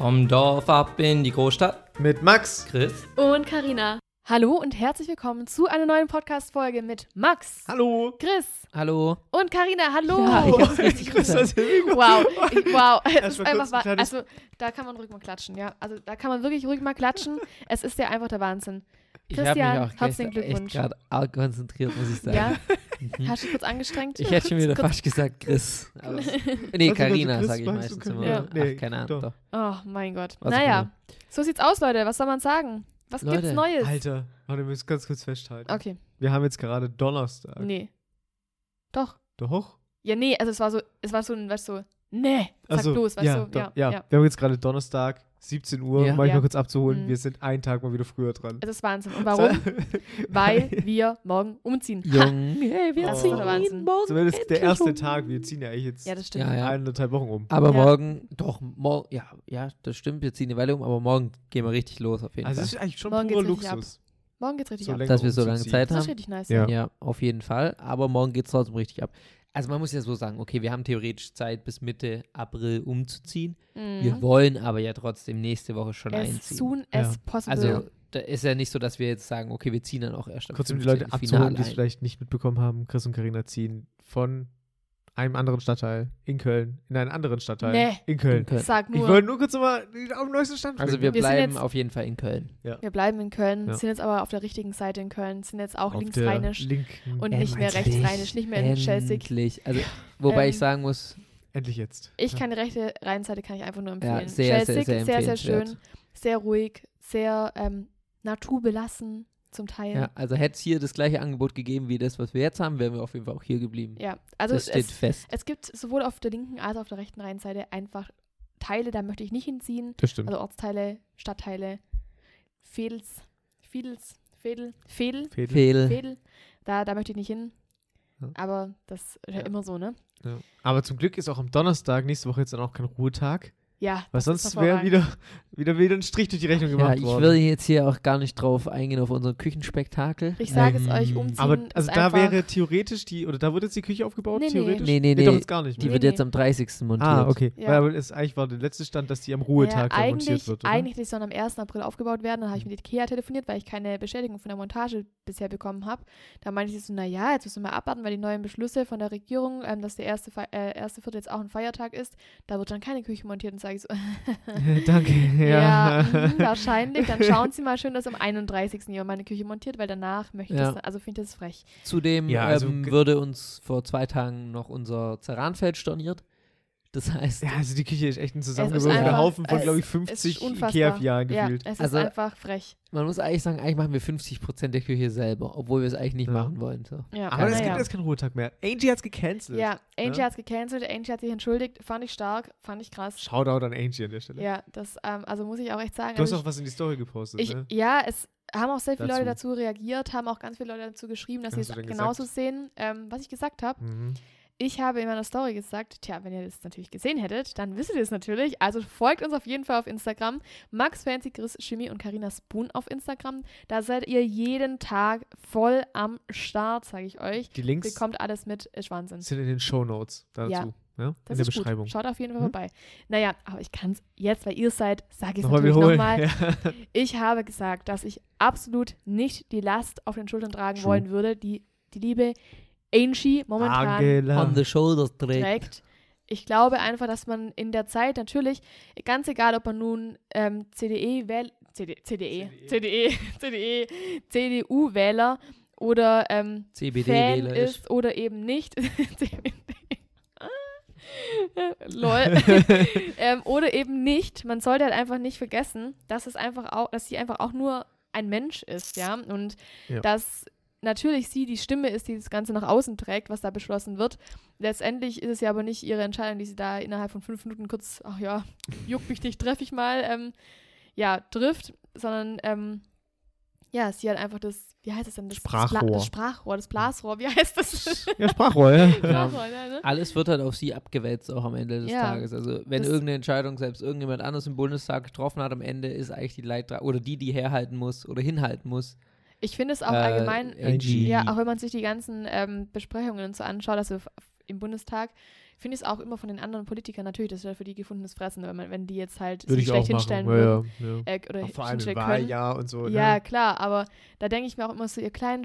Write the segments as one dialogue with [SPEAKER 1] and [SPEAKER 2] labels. [SPEAKER 1] Vom Dorf ab in die Großstadt.
[SPEAKER 2] Mit Max.
[SPEAKER 1] Chris.
[SPEAKER 3] Und Karina.
[SPEAKER 4] Hallo und herzlich willkommen zu einer neuen Podcast-Folge mit Max,
[SPEAKER 2] Hallo. Oh,
[SPEAKER 4] Chris
[SPEAKER 1] Hallo.
[SPEAKER 4] und Karina. Hallo!
[SPEAKER 1] Ja, ich hab's richtig
[SPEAKER 2] Chris,
[SPEAKER 1] gesagt.
[SPEAKER 2] das ist
[SPEAKER 4] Wow, ich, wow, es
[SPEAKER 2] Erst mal kurz
[SPEAKER 4] ist einfach
[SPEAKER 2] ein
[SPEAKER 4] wahr.
[SPEAKER 2] kleines-
[SPEAKER 4] Also, da kann man ruhig mal klatschen, ja. Also, da kann man wirklich ruhig mal klatschen. Es ist ja einfach der Wahnsinn.
[SPEAKER 1] ich habe
[SPEAKER 4] Christian,
[SPEAKER 1] mich auch
[SPEAKER 4] herzlichen
[SPEAKER 1] gestern echt
[SPEAKER 4] Glückwunsch.
[SPEAKER 1] gerade arg konzentriert, muss ich sagen.
[SPEAKER 4] Ja? Mhm. Hast du dich kurz angestrengt?
[SPEAKER 1] Ich hätte schon wieder fast gesagt Chris. Aber, nee,
[SPEAKER 2] Also du
[SPEAKER 1] Karina
[SPEAKER 2] Chris
[SPEAKER 1] sage ich
[SPEAKER 2] sagst, du
[SPEAKER 1] meistens
[SPEAKER 2] Karina.
[SPEAKER 1] immer.
[SPEAKER 4] Ja.
[SPEAKER 2] Nee,
[SPEAKER 1] Ach, keine Ahnung.
[SPEAKER 2] doch.
[SPEAKER 1] Doch.
[SPEAKER 4] Oh, mein Gott.
[SPEAKER 1] Was auch
[SPEAKER 4] naja,
[SPEAKER 1] immer.
[SPEAKER 4] so sieht's aus, Leute. Was soll man sagen? Was
[SPEAKER 1] Leute, halt.
[SPEAKER 4] gibt's Neues?
[SPEAKER 2] Alter, warte, wir müssen ganz kurz festhalten.
[SPEAKER 4] Okay,
[SPEAKER 2] Wir haben jetzt gerade Donnerstag.
[SPEAKER 4] nee. Doch.
[SPEAKER 2] Doch?
[SPEAKER 4] Ja, nee, also, es war so, es war so ein, weißt du, nee. Sag
[SPEAKER 2] Also,
[SPEAKER 4] bloß, weißt
[SPEAKER 2] ja,
[SPEAKER 4] du,
[SPEAKER 2] doch,
[SPEAKER 4] ja,
[SPEAKER 2] ja.
[SPEAKER 4] ja.
[SPEAKER 2] Wir haben jetzt gerade Donnerstag, 17 Uhr,
[SPEAKER 1] Ja.
[SPEAKER 2] um euch
[SPEAKER 4] Ja.
[SPEAKER 2] mal kurz abzuholen.
[SPEAKER 4] Mhm.
[SPEAKER 2] Wir sind einen Tag mal wieder früher dran.
[SPEAKER 4] Es ist Wahnsinn. Und warum? Weil wir morgen umziehen.
[SPEAKER 1] Jung. Hey, wir ziehen
[SPEAKER 2] Oh. Das ist der
[SPEAKER 4] Wahnsinn.
[SPEAKER 1] morgen
[SPEAKER 2] Zumindest der
[SPEAKER 1] endlich
[SPEAKER 2] erste
[SPEAKER 1] um.
[SPEAKER 2] Tag. Wir ziehen ja eigentlich jetzt
[SPEAKER 4] Ja, das stimmt.
[SPEAKER 1] Ja, ja.
[SPEAKER 2] eineinhalb Wochen um.
[SPEAKER 1] Aber
[SPEAKER 4] Ja.
[SPEAKER 1] morgen, doch, morgen, ja, ja, das stimmt, wir ziehen eine Weile um, aber morgen gehen wir richtig los auf jeden
[SPEAKER 2] Also, es
[SPEAKER 1] Fall.
[SPEAKER 2] ist eigentlich schon
[SPEAKER 4] Morgen
[SPEAKER 2] purer
[SPEAKER 4] geht's richtig
[SPEAKER 2] Luxus.
[SPEAKER 4] Morgen geht's richtig
[SPEAKER 2] so
[SPEAKER 4] ab.
[SPEAKER 2] länger
[SPEAKER 1] Dass wir so lange
[SPEAKER 2] umzuziehen.
[SPEAKER 1] Zeit
[SPEAKER 4] Das
[SPEAKER 1] haben.
[SPEAKER 4] ist richtig nice.
[SPEAKER 2] Ja.
[SPEAKER 1] Ja, auf jeden Fall. Aber morgen geht es trotzdem richtig ab. Also man muss ja so sagen, okay, wir haben theoretisch Zeit, bis Mitte April umzuziehen.
[SPEAKER 4] Mhm.
[SPEAKER 1] Wir wollen aber ja trotzdem nächste Woche schon
[SPEAKER 4] As
[SPEAKER 1] einziehen.
[SPEAKER 4] soon
[SPEAKER 2] Ja.
[SPEAKER 4] as possible.
[SPEAKER 1] also da ist ja nicht so, dass wir jetzt sagen, okay, wir ziehen dann auch erst am
[SPEAKER 2] Kurz um die
[SPEAKER 1] 15.
[SPEAKER 2] Leute
[SPEAKER 1] Final
[SPEAKER 2] abzuholen, die es
[SPEAKER 1] ein.
[SPEAKER 2] vielleicht nicht mitbekommen haben, Chris und Karina ziehen von einem anderen Stadtteil in Köln in einen anderen Stadtteil
[SPEAKER 4] Nee.
[SPEAKER 2] in Köln.
[SPEAKER 1] In Köln.
[SPEAKER 4] Sag
[SPEAKER 2] Ich
[SPEAKER 4] nur,
[SPEAKER 2] wollte nur kurz mal auf den neuesten Stand
[SPEAKER 1] Also wir
[SPEAKER 2] bringen.
[SPEAKER 4] Wir sind
[SPEAKER 1] bleiben
[SPEAKER 4] jetzt-
[SPEAKER 1] auf jeden Fall in Köln.
[SPEAKER 4] wir bleiben in Köln,
[SPEAKER 2] Ja.
[SPEAKER 4] sind jetzt aber auf der richtigen Seite in Köln, sind jetzt auch
[SPEAKER 2] auf der
[SPEAKER 4] linksrheinisch
[SPEAKER 2] linken.
[SPEAKER 4] und nicht mehr
[SPEAKER 1] Endlich.
[SPEAKER 4] rechtsrheinisch, nicht mehr in Chelsea.
[SPEAKER 1] Endlich. Also, wobei
[SPEAKER 4] Ähm,
[SPEAKER 1] ich sagen muss,
[SPEAKER 2] Endlich jetzt.
[SPEAKER 4] Ich kann die rechte Rheinseite kann ich einfach nur empfehlen.
[SPEAKER 1] ja, sehr, sehr,
[SPEAKER 4] Chelsea,
[SPEAKER 1] sehr,
[SPEAKER 4] sehr, sehr
[SPEAKER 1] empfehlenswert.
[SPEAKER 4] schön, sehr ruhig, sehr ähm, naturbelassen zum Teil.
[SPEAKER 1] Ja, also hätte es hier das gleiche Angebot gegeben wie das, was wir jetzt haben, wären wir auf jeden Fall auch hier geblieben.
[SPEAKER 4] Ja, also
[SPEAKER 1] das steht
[SPEAKER 4] es,
[SPEAKER 1] fest.
[SPEAKER 4] es gibt sowohl auf der linken als auch auf der rechten Rheinseite einfach Teile, da möchte ich nicht hinziehen.
[SPEAKER 2] Das stimmt.
[SPEAKER 4] Also Ortsteile, Stadtteile, Fädels, Fiedels, Fädel, Fädel,
[SPEAKER 2] Fädel.
[SPEAKER 1] Fehl.
[SPEAKER 4] Fädel. Da, da möchte ich nicht hin.
[SPEAKER 2] Äh. Ja.
[SPEAKER 4] Aber das ist ja
[SPEAKER 2] Ja.
[SPEAKER 4] immer so, ne?
[SPEAKER 2] Ja. Aber zum Glück ist auch am Donnerstag nächste Woche jetzt dann auch kein Ruhetag,
[SPEAKER 4] Ja.
[SPEAKER 2] weil
[SPEAKER 4] das ist
[SPEAKER 2] sonst wäre
[SPEAKER 4] hervorragend.
[SPEAKER 2] wieder, wieder wieder ein Strich durch die Rechnung
[SPEAKER 1] Ja,
[SPEAKER 2] gemacht
[SPEAKER 1] ich
[SPEAKER 2] worden.
[SPEAKER 1] will jetzt hier auch gar nicht drauf eingehen auf unseren Küchenspektakel.
[SPEAKER 4] Ich sage es
[SPEAKER 2] Ähm,
[SPEAKER 4] euch, um umziehen
[SPEAKER 2] aber also
[SPEAKER 4] ist
[SPEAKER 2] da
[SPEAKER 4] einfach,
[SPEAKER 2] wäre theoretisch die oder da wurde jetzt die Küche aufgebaut
[SPEAKER 4] Nee, nee.
[SPEAKER 2] theoretisch.
[SPEAKER 1] Nee, nee,
[SPEAKER 2] doch
[SPEAKER 1] nee.
[SPEAKER 2] jetzt gar nicht.
[SPEAKER 1] Die
[SPEAKER 2] Mehr.
[SPEAKER 1] wird
[SPEAKER 4] nee.
[SPEAKER 1] jetzt am 30. montiert.
[SPEAKER 2] Ah, okay.
[SPEAKER 4] Ja.
[SPEAKER 2] Weil aber es eigentlich war der letzte Stand, dass die am Ruhetag
[SPEAKER 4] ja,
[SPEAKER 2] dann montiert
[SPEAKER 4] eigentlich,
[SPEAKER 2] wird. Oder? Mhm.
[SPEAKER 4] eigentlich soll am 1. April aufgebaut werden. Dann habe ich mit Ikea telefoniert, weil ich keine Bestätigung von der Montage bisher bekommen habe. Da meinte ich so, naja, jetzt müssen wir abwarten, weil die neuen Beschlüsse von der Regierung, ähm, dass der erste, Fe- äh, erste Viertel jetzt auch ein Feiertag ist, da wird dann keine Küche montiert. Und sage ich so,
[SPEAKER 2] Danke. Ja.
[SPEAKER 4] Ja, mhm, wahrscheinlich. Dann schauen Sie mal schön, dass am 31. Jahr meine Küche montiert, weil danach möchte ich
[SPEAKER 1] Ja.
[SPEAKER 4] das. dann- Also finde ich das frech.
[SPEAKER 1] Zudem
[SPEAKER 2] Ja, also
[SPEAKER 1] ähm,
[SPEAKER 2] ge-
[SPEAKER 1] würde uns vor zwei Tagen noch unser Zeranfeld storniert. Das heißt,
[SPEAKER 2] Ja, also die Küche ist echt ein
[SPEAKER 1] einfach-
[SPEAKER 2] zusammengewürfelter Haufen von,
[SPEAKER 4] es-
[SPEAKER 2] glaube ich,
[SPEAKER 4] Es ist
[SPEAKER 2] 50
[SPEAKER 4] unfassbar.
[SPEAKER 2] Ikea-Jahren gefühlt.
[SPEAKER 4] Ja, es ist
[SPEAKER 1] Also-
[SPEAKER 4] einfach frech.
[SPEAKER 1] man muss eigentlich sagen, eigentlich machen wir 50% der Küche selber, obwohl wir es eigentlich nicht
[SPEAKER 2] Ja.
[SPEAKER 1] machen wollen. So.
[SPEAKER 4] Ja,
[SPEAKER 2] Aber es
[SPEAKER 4] naja.
[SPEAKER 2] gibt jetzt keinen Ruhetag mehr. Angie hat's gecancelt.
[SPEAKER 4] Ja, Angie
[SPEAKER 2] ne?
[SPEAKER 4] hat es gecancelt, Angie hat sich entschuldigt. Fand ich stark, fand ich krass.
[SPEAKER 2] Shoutout an Angie an der Stelle.
[SPEAKER 4] Ja, das, ähm, also muss ich auch echt sagen.
[SPEAKER 2] Du hast
[SPEAKER 4] also
[SPEAKER 2] auch was in die Story gepostet,
[SPEAKER 4] ich,
[SPEAKER 2] ne?
[SPEAKER 4] ich, ja, es haben auch sehr viele Leute
[SPEAKER 2] Dazu.
[SPEAKER 4] dazu reagiert, haben auch ganz viele Leute dazu geschrieben, dass
[SPEAKER 2] Was
[SPEAKER 4] sie
[SPEAKER 2] hast du
[SPEAKER 4] es
[SPEAKER 2] denn
[SPEAKER 4] genauso sehen, ähm, was ich gesagt habe.
[SPEAKER 2] Mhm.
[SPEAKER 4] Ich habe in meiner Story gesagt, tja, wenn ihr das natürlich gesehen hättet, dann wisst ihr es natürlich. Also folgt uns auf jeden Fall auf Instagram. Max Fancy, Chris Schimmy und Karina Spoon auf Instagram. Da seid ihr jeden Tag voll am Start, sage ich euch.
[SPEAKER 2] Die Links
[SPEAKER 4] Bekommt alles mit, ist Wahnsinn.
[SPEAKER 2] sind in den Shownotes dazu.
[SPEAKER 4] Ja.
[SPEAKER 2] Ja.
[SPEAKER 4] Das
[SPEAKER 2] in der
[SPEAKER 4] ist
[SPEAKER 2] Beschreibung.
[SPEAKER 4] Gut. Schaut auf jeden Fall
[SPEAKER 2] Mhm.
[SPEAKER 4] vorbei. Naja, aber ich kann es jetzt, weil ihr seid, sage ich es
[SPEAKER 2] Nochmal
[SPEAKER 4] natürlich
[SPEAKER 2] wiederholen.
[SPEAKER 4] nochmal.
[SPEAKER 2] Ja.
[SPEAKER 4] Ich habe gesagt, dass ich absolut nicht die Last auf den Schultern tragen
[SPEAKER 2] True.
[SPEAKER 4] wollen würde, die die liebe Angie momentan
[SPEAKER 2] Angela.
[SPEAKER 1] On the shoulders trägt.
[SPEAKER 4] trägt. Ich glaube einfach, dass man in der Zeit natürlich, ganz egal, ob man nun ähm, CDE, wähl CD, CDE, CDE, CDE, CDU-Wähler oder ähm, Fan
[SPEAKER 1] CBD-Wähler ist.
[SPEAKER 4] ist oder eben nicht. CBD. Ah. Lol. ähm, oder eben nicht. Man sollte halt einfach nicht vergessen, dass es einfach auch, dass sie einfach auch nur ein Mensch ist, ja. Und
[SPEAKER 2] Ja.
[SPEAKER 4] dass natürlich sie die Stimme ist, die das Ganze nach außen trägt, was da beschlossen wird. Letztendlich ist es ja aber nicht ihre Entscheidung, die sie da innerhalb von fünf Minuten kurz, ach ja, juckt mich nicht, treffe ich mal, ähm, ja, trifft, sondern ähm, ja, sie hat einfach das, wie heißt das denn? Das, Das, Bla
[SPEAKER 2] Sprachrohr.
[SPEAKER 4] das Sprachrohr, das Blasrohr, wie heißt das?
[SPEAKER 2] ja, Sprachrolle.
[SPEAKER 4] Sprachrohr, ne?
[SPEAKER 1] Alles wird halt auf sie abgewälzt, auch am Ende des
[SPEAKER 4] Ja.
[SPEAKER 1] Tages. Also wenn
[SPEAKER 4] Das-
[SPEAKER 1] irgendeine Entscheidung selbst irgendjemand anderes im Bundestag getroffen hat, am Ende ist eigentlich die Leidtragende, oder die, die herhalten muss oder hinhalten muss.
[SPEAKER 4] Ich finde es auch
[SPEAKER 1] äh,
[SPEAKER 4] allgemein
[SPEAKER 1] Angie.
[SPEAKER 4] Ja, auch wenn man sich die ganzen ähm, Besprechungen und so anschaut, also f- im Bundestag finde es auch immer von den anderen Politikern natürlich, das wäre für die gefundenes Fressen, wenn, man, wenn die jetzt halt
[SPEAKER 2] Würde
[SPEAKER 4] sich
[SPEAKER 2] ich auch
[SPEAKER 4] schlecht
[SPEAKER 2] machen.
[SPEAKER 4] hinstellen
[SPEAKER 2] Ja,
[SPEAKER 4] würden.
[SPEAKER 2] ja, ja.
[SPEAKER 4] Äh, oder
[SPEAKER 2] Aber Vor allem im
[SPEAKER 4] hinstellen können.
[SPEAKER 2] Wahljahr und so.
[SPEAKER 4] Ja,
[SPEAKER 2] ne?
[SPEAKER 4] klar, aber da denke ich mir auch immer so, ihr kleinen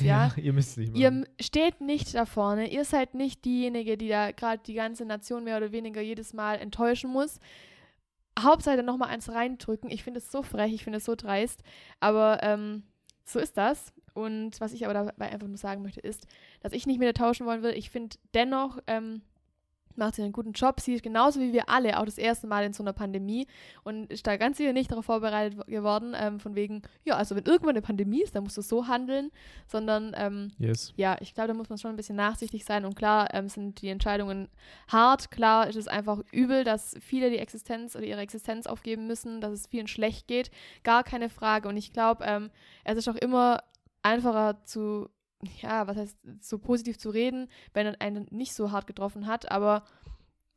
[SPEAKER 4] ja.
[SPEAKER 2] Ihr müsst es nicht machen.
[SPEAKER 4] Ihr m- steht nicht da vorne, ihr seid nicht diejenige, die da gerade die ganze Nation mehr oder weniger jedes Mal enttäuschen muss. Hauptsache nochmal eins reindrücken. Ich finde es so frech, ich finde es so dreist, aber ähm, so ist das. Und was ich aber dabei einfach nur sagen möchte, ist, dass ich nicht mit ihr tauschen wollen will. Ich finde dennoch, ähm, macht sie einen guten Job. Sie ist genauso wie wir alle auch das erste Mal in so einer Pandemie und ist da ganz sicher nicht darauf vorbereitet w- geworden, ähm, von wegen, ja, also wenn irgendwann eine Pandemie ist, dann musst du so handeln, sondern ähm,
[SPEAKER 2] yes.
[SPEAKER 4] ja, ich glaube, da muss man schon ein bisschen nachsichtig sein. Und klar ähm, sind die Entscheidungen hart. Klar ist es einfach übel, dass viele die Existenz oder ihre Existenz aufgeben müssen, dass es vielen schlecht geht. Gar keine Frage. Und ich glaube, ähm, es ist auch immer einfacher zu, ja, was heißt, so positiv zu reden, wenn man einen nicht so hart getroffen hat. Aber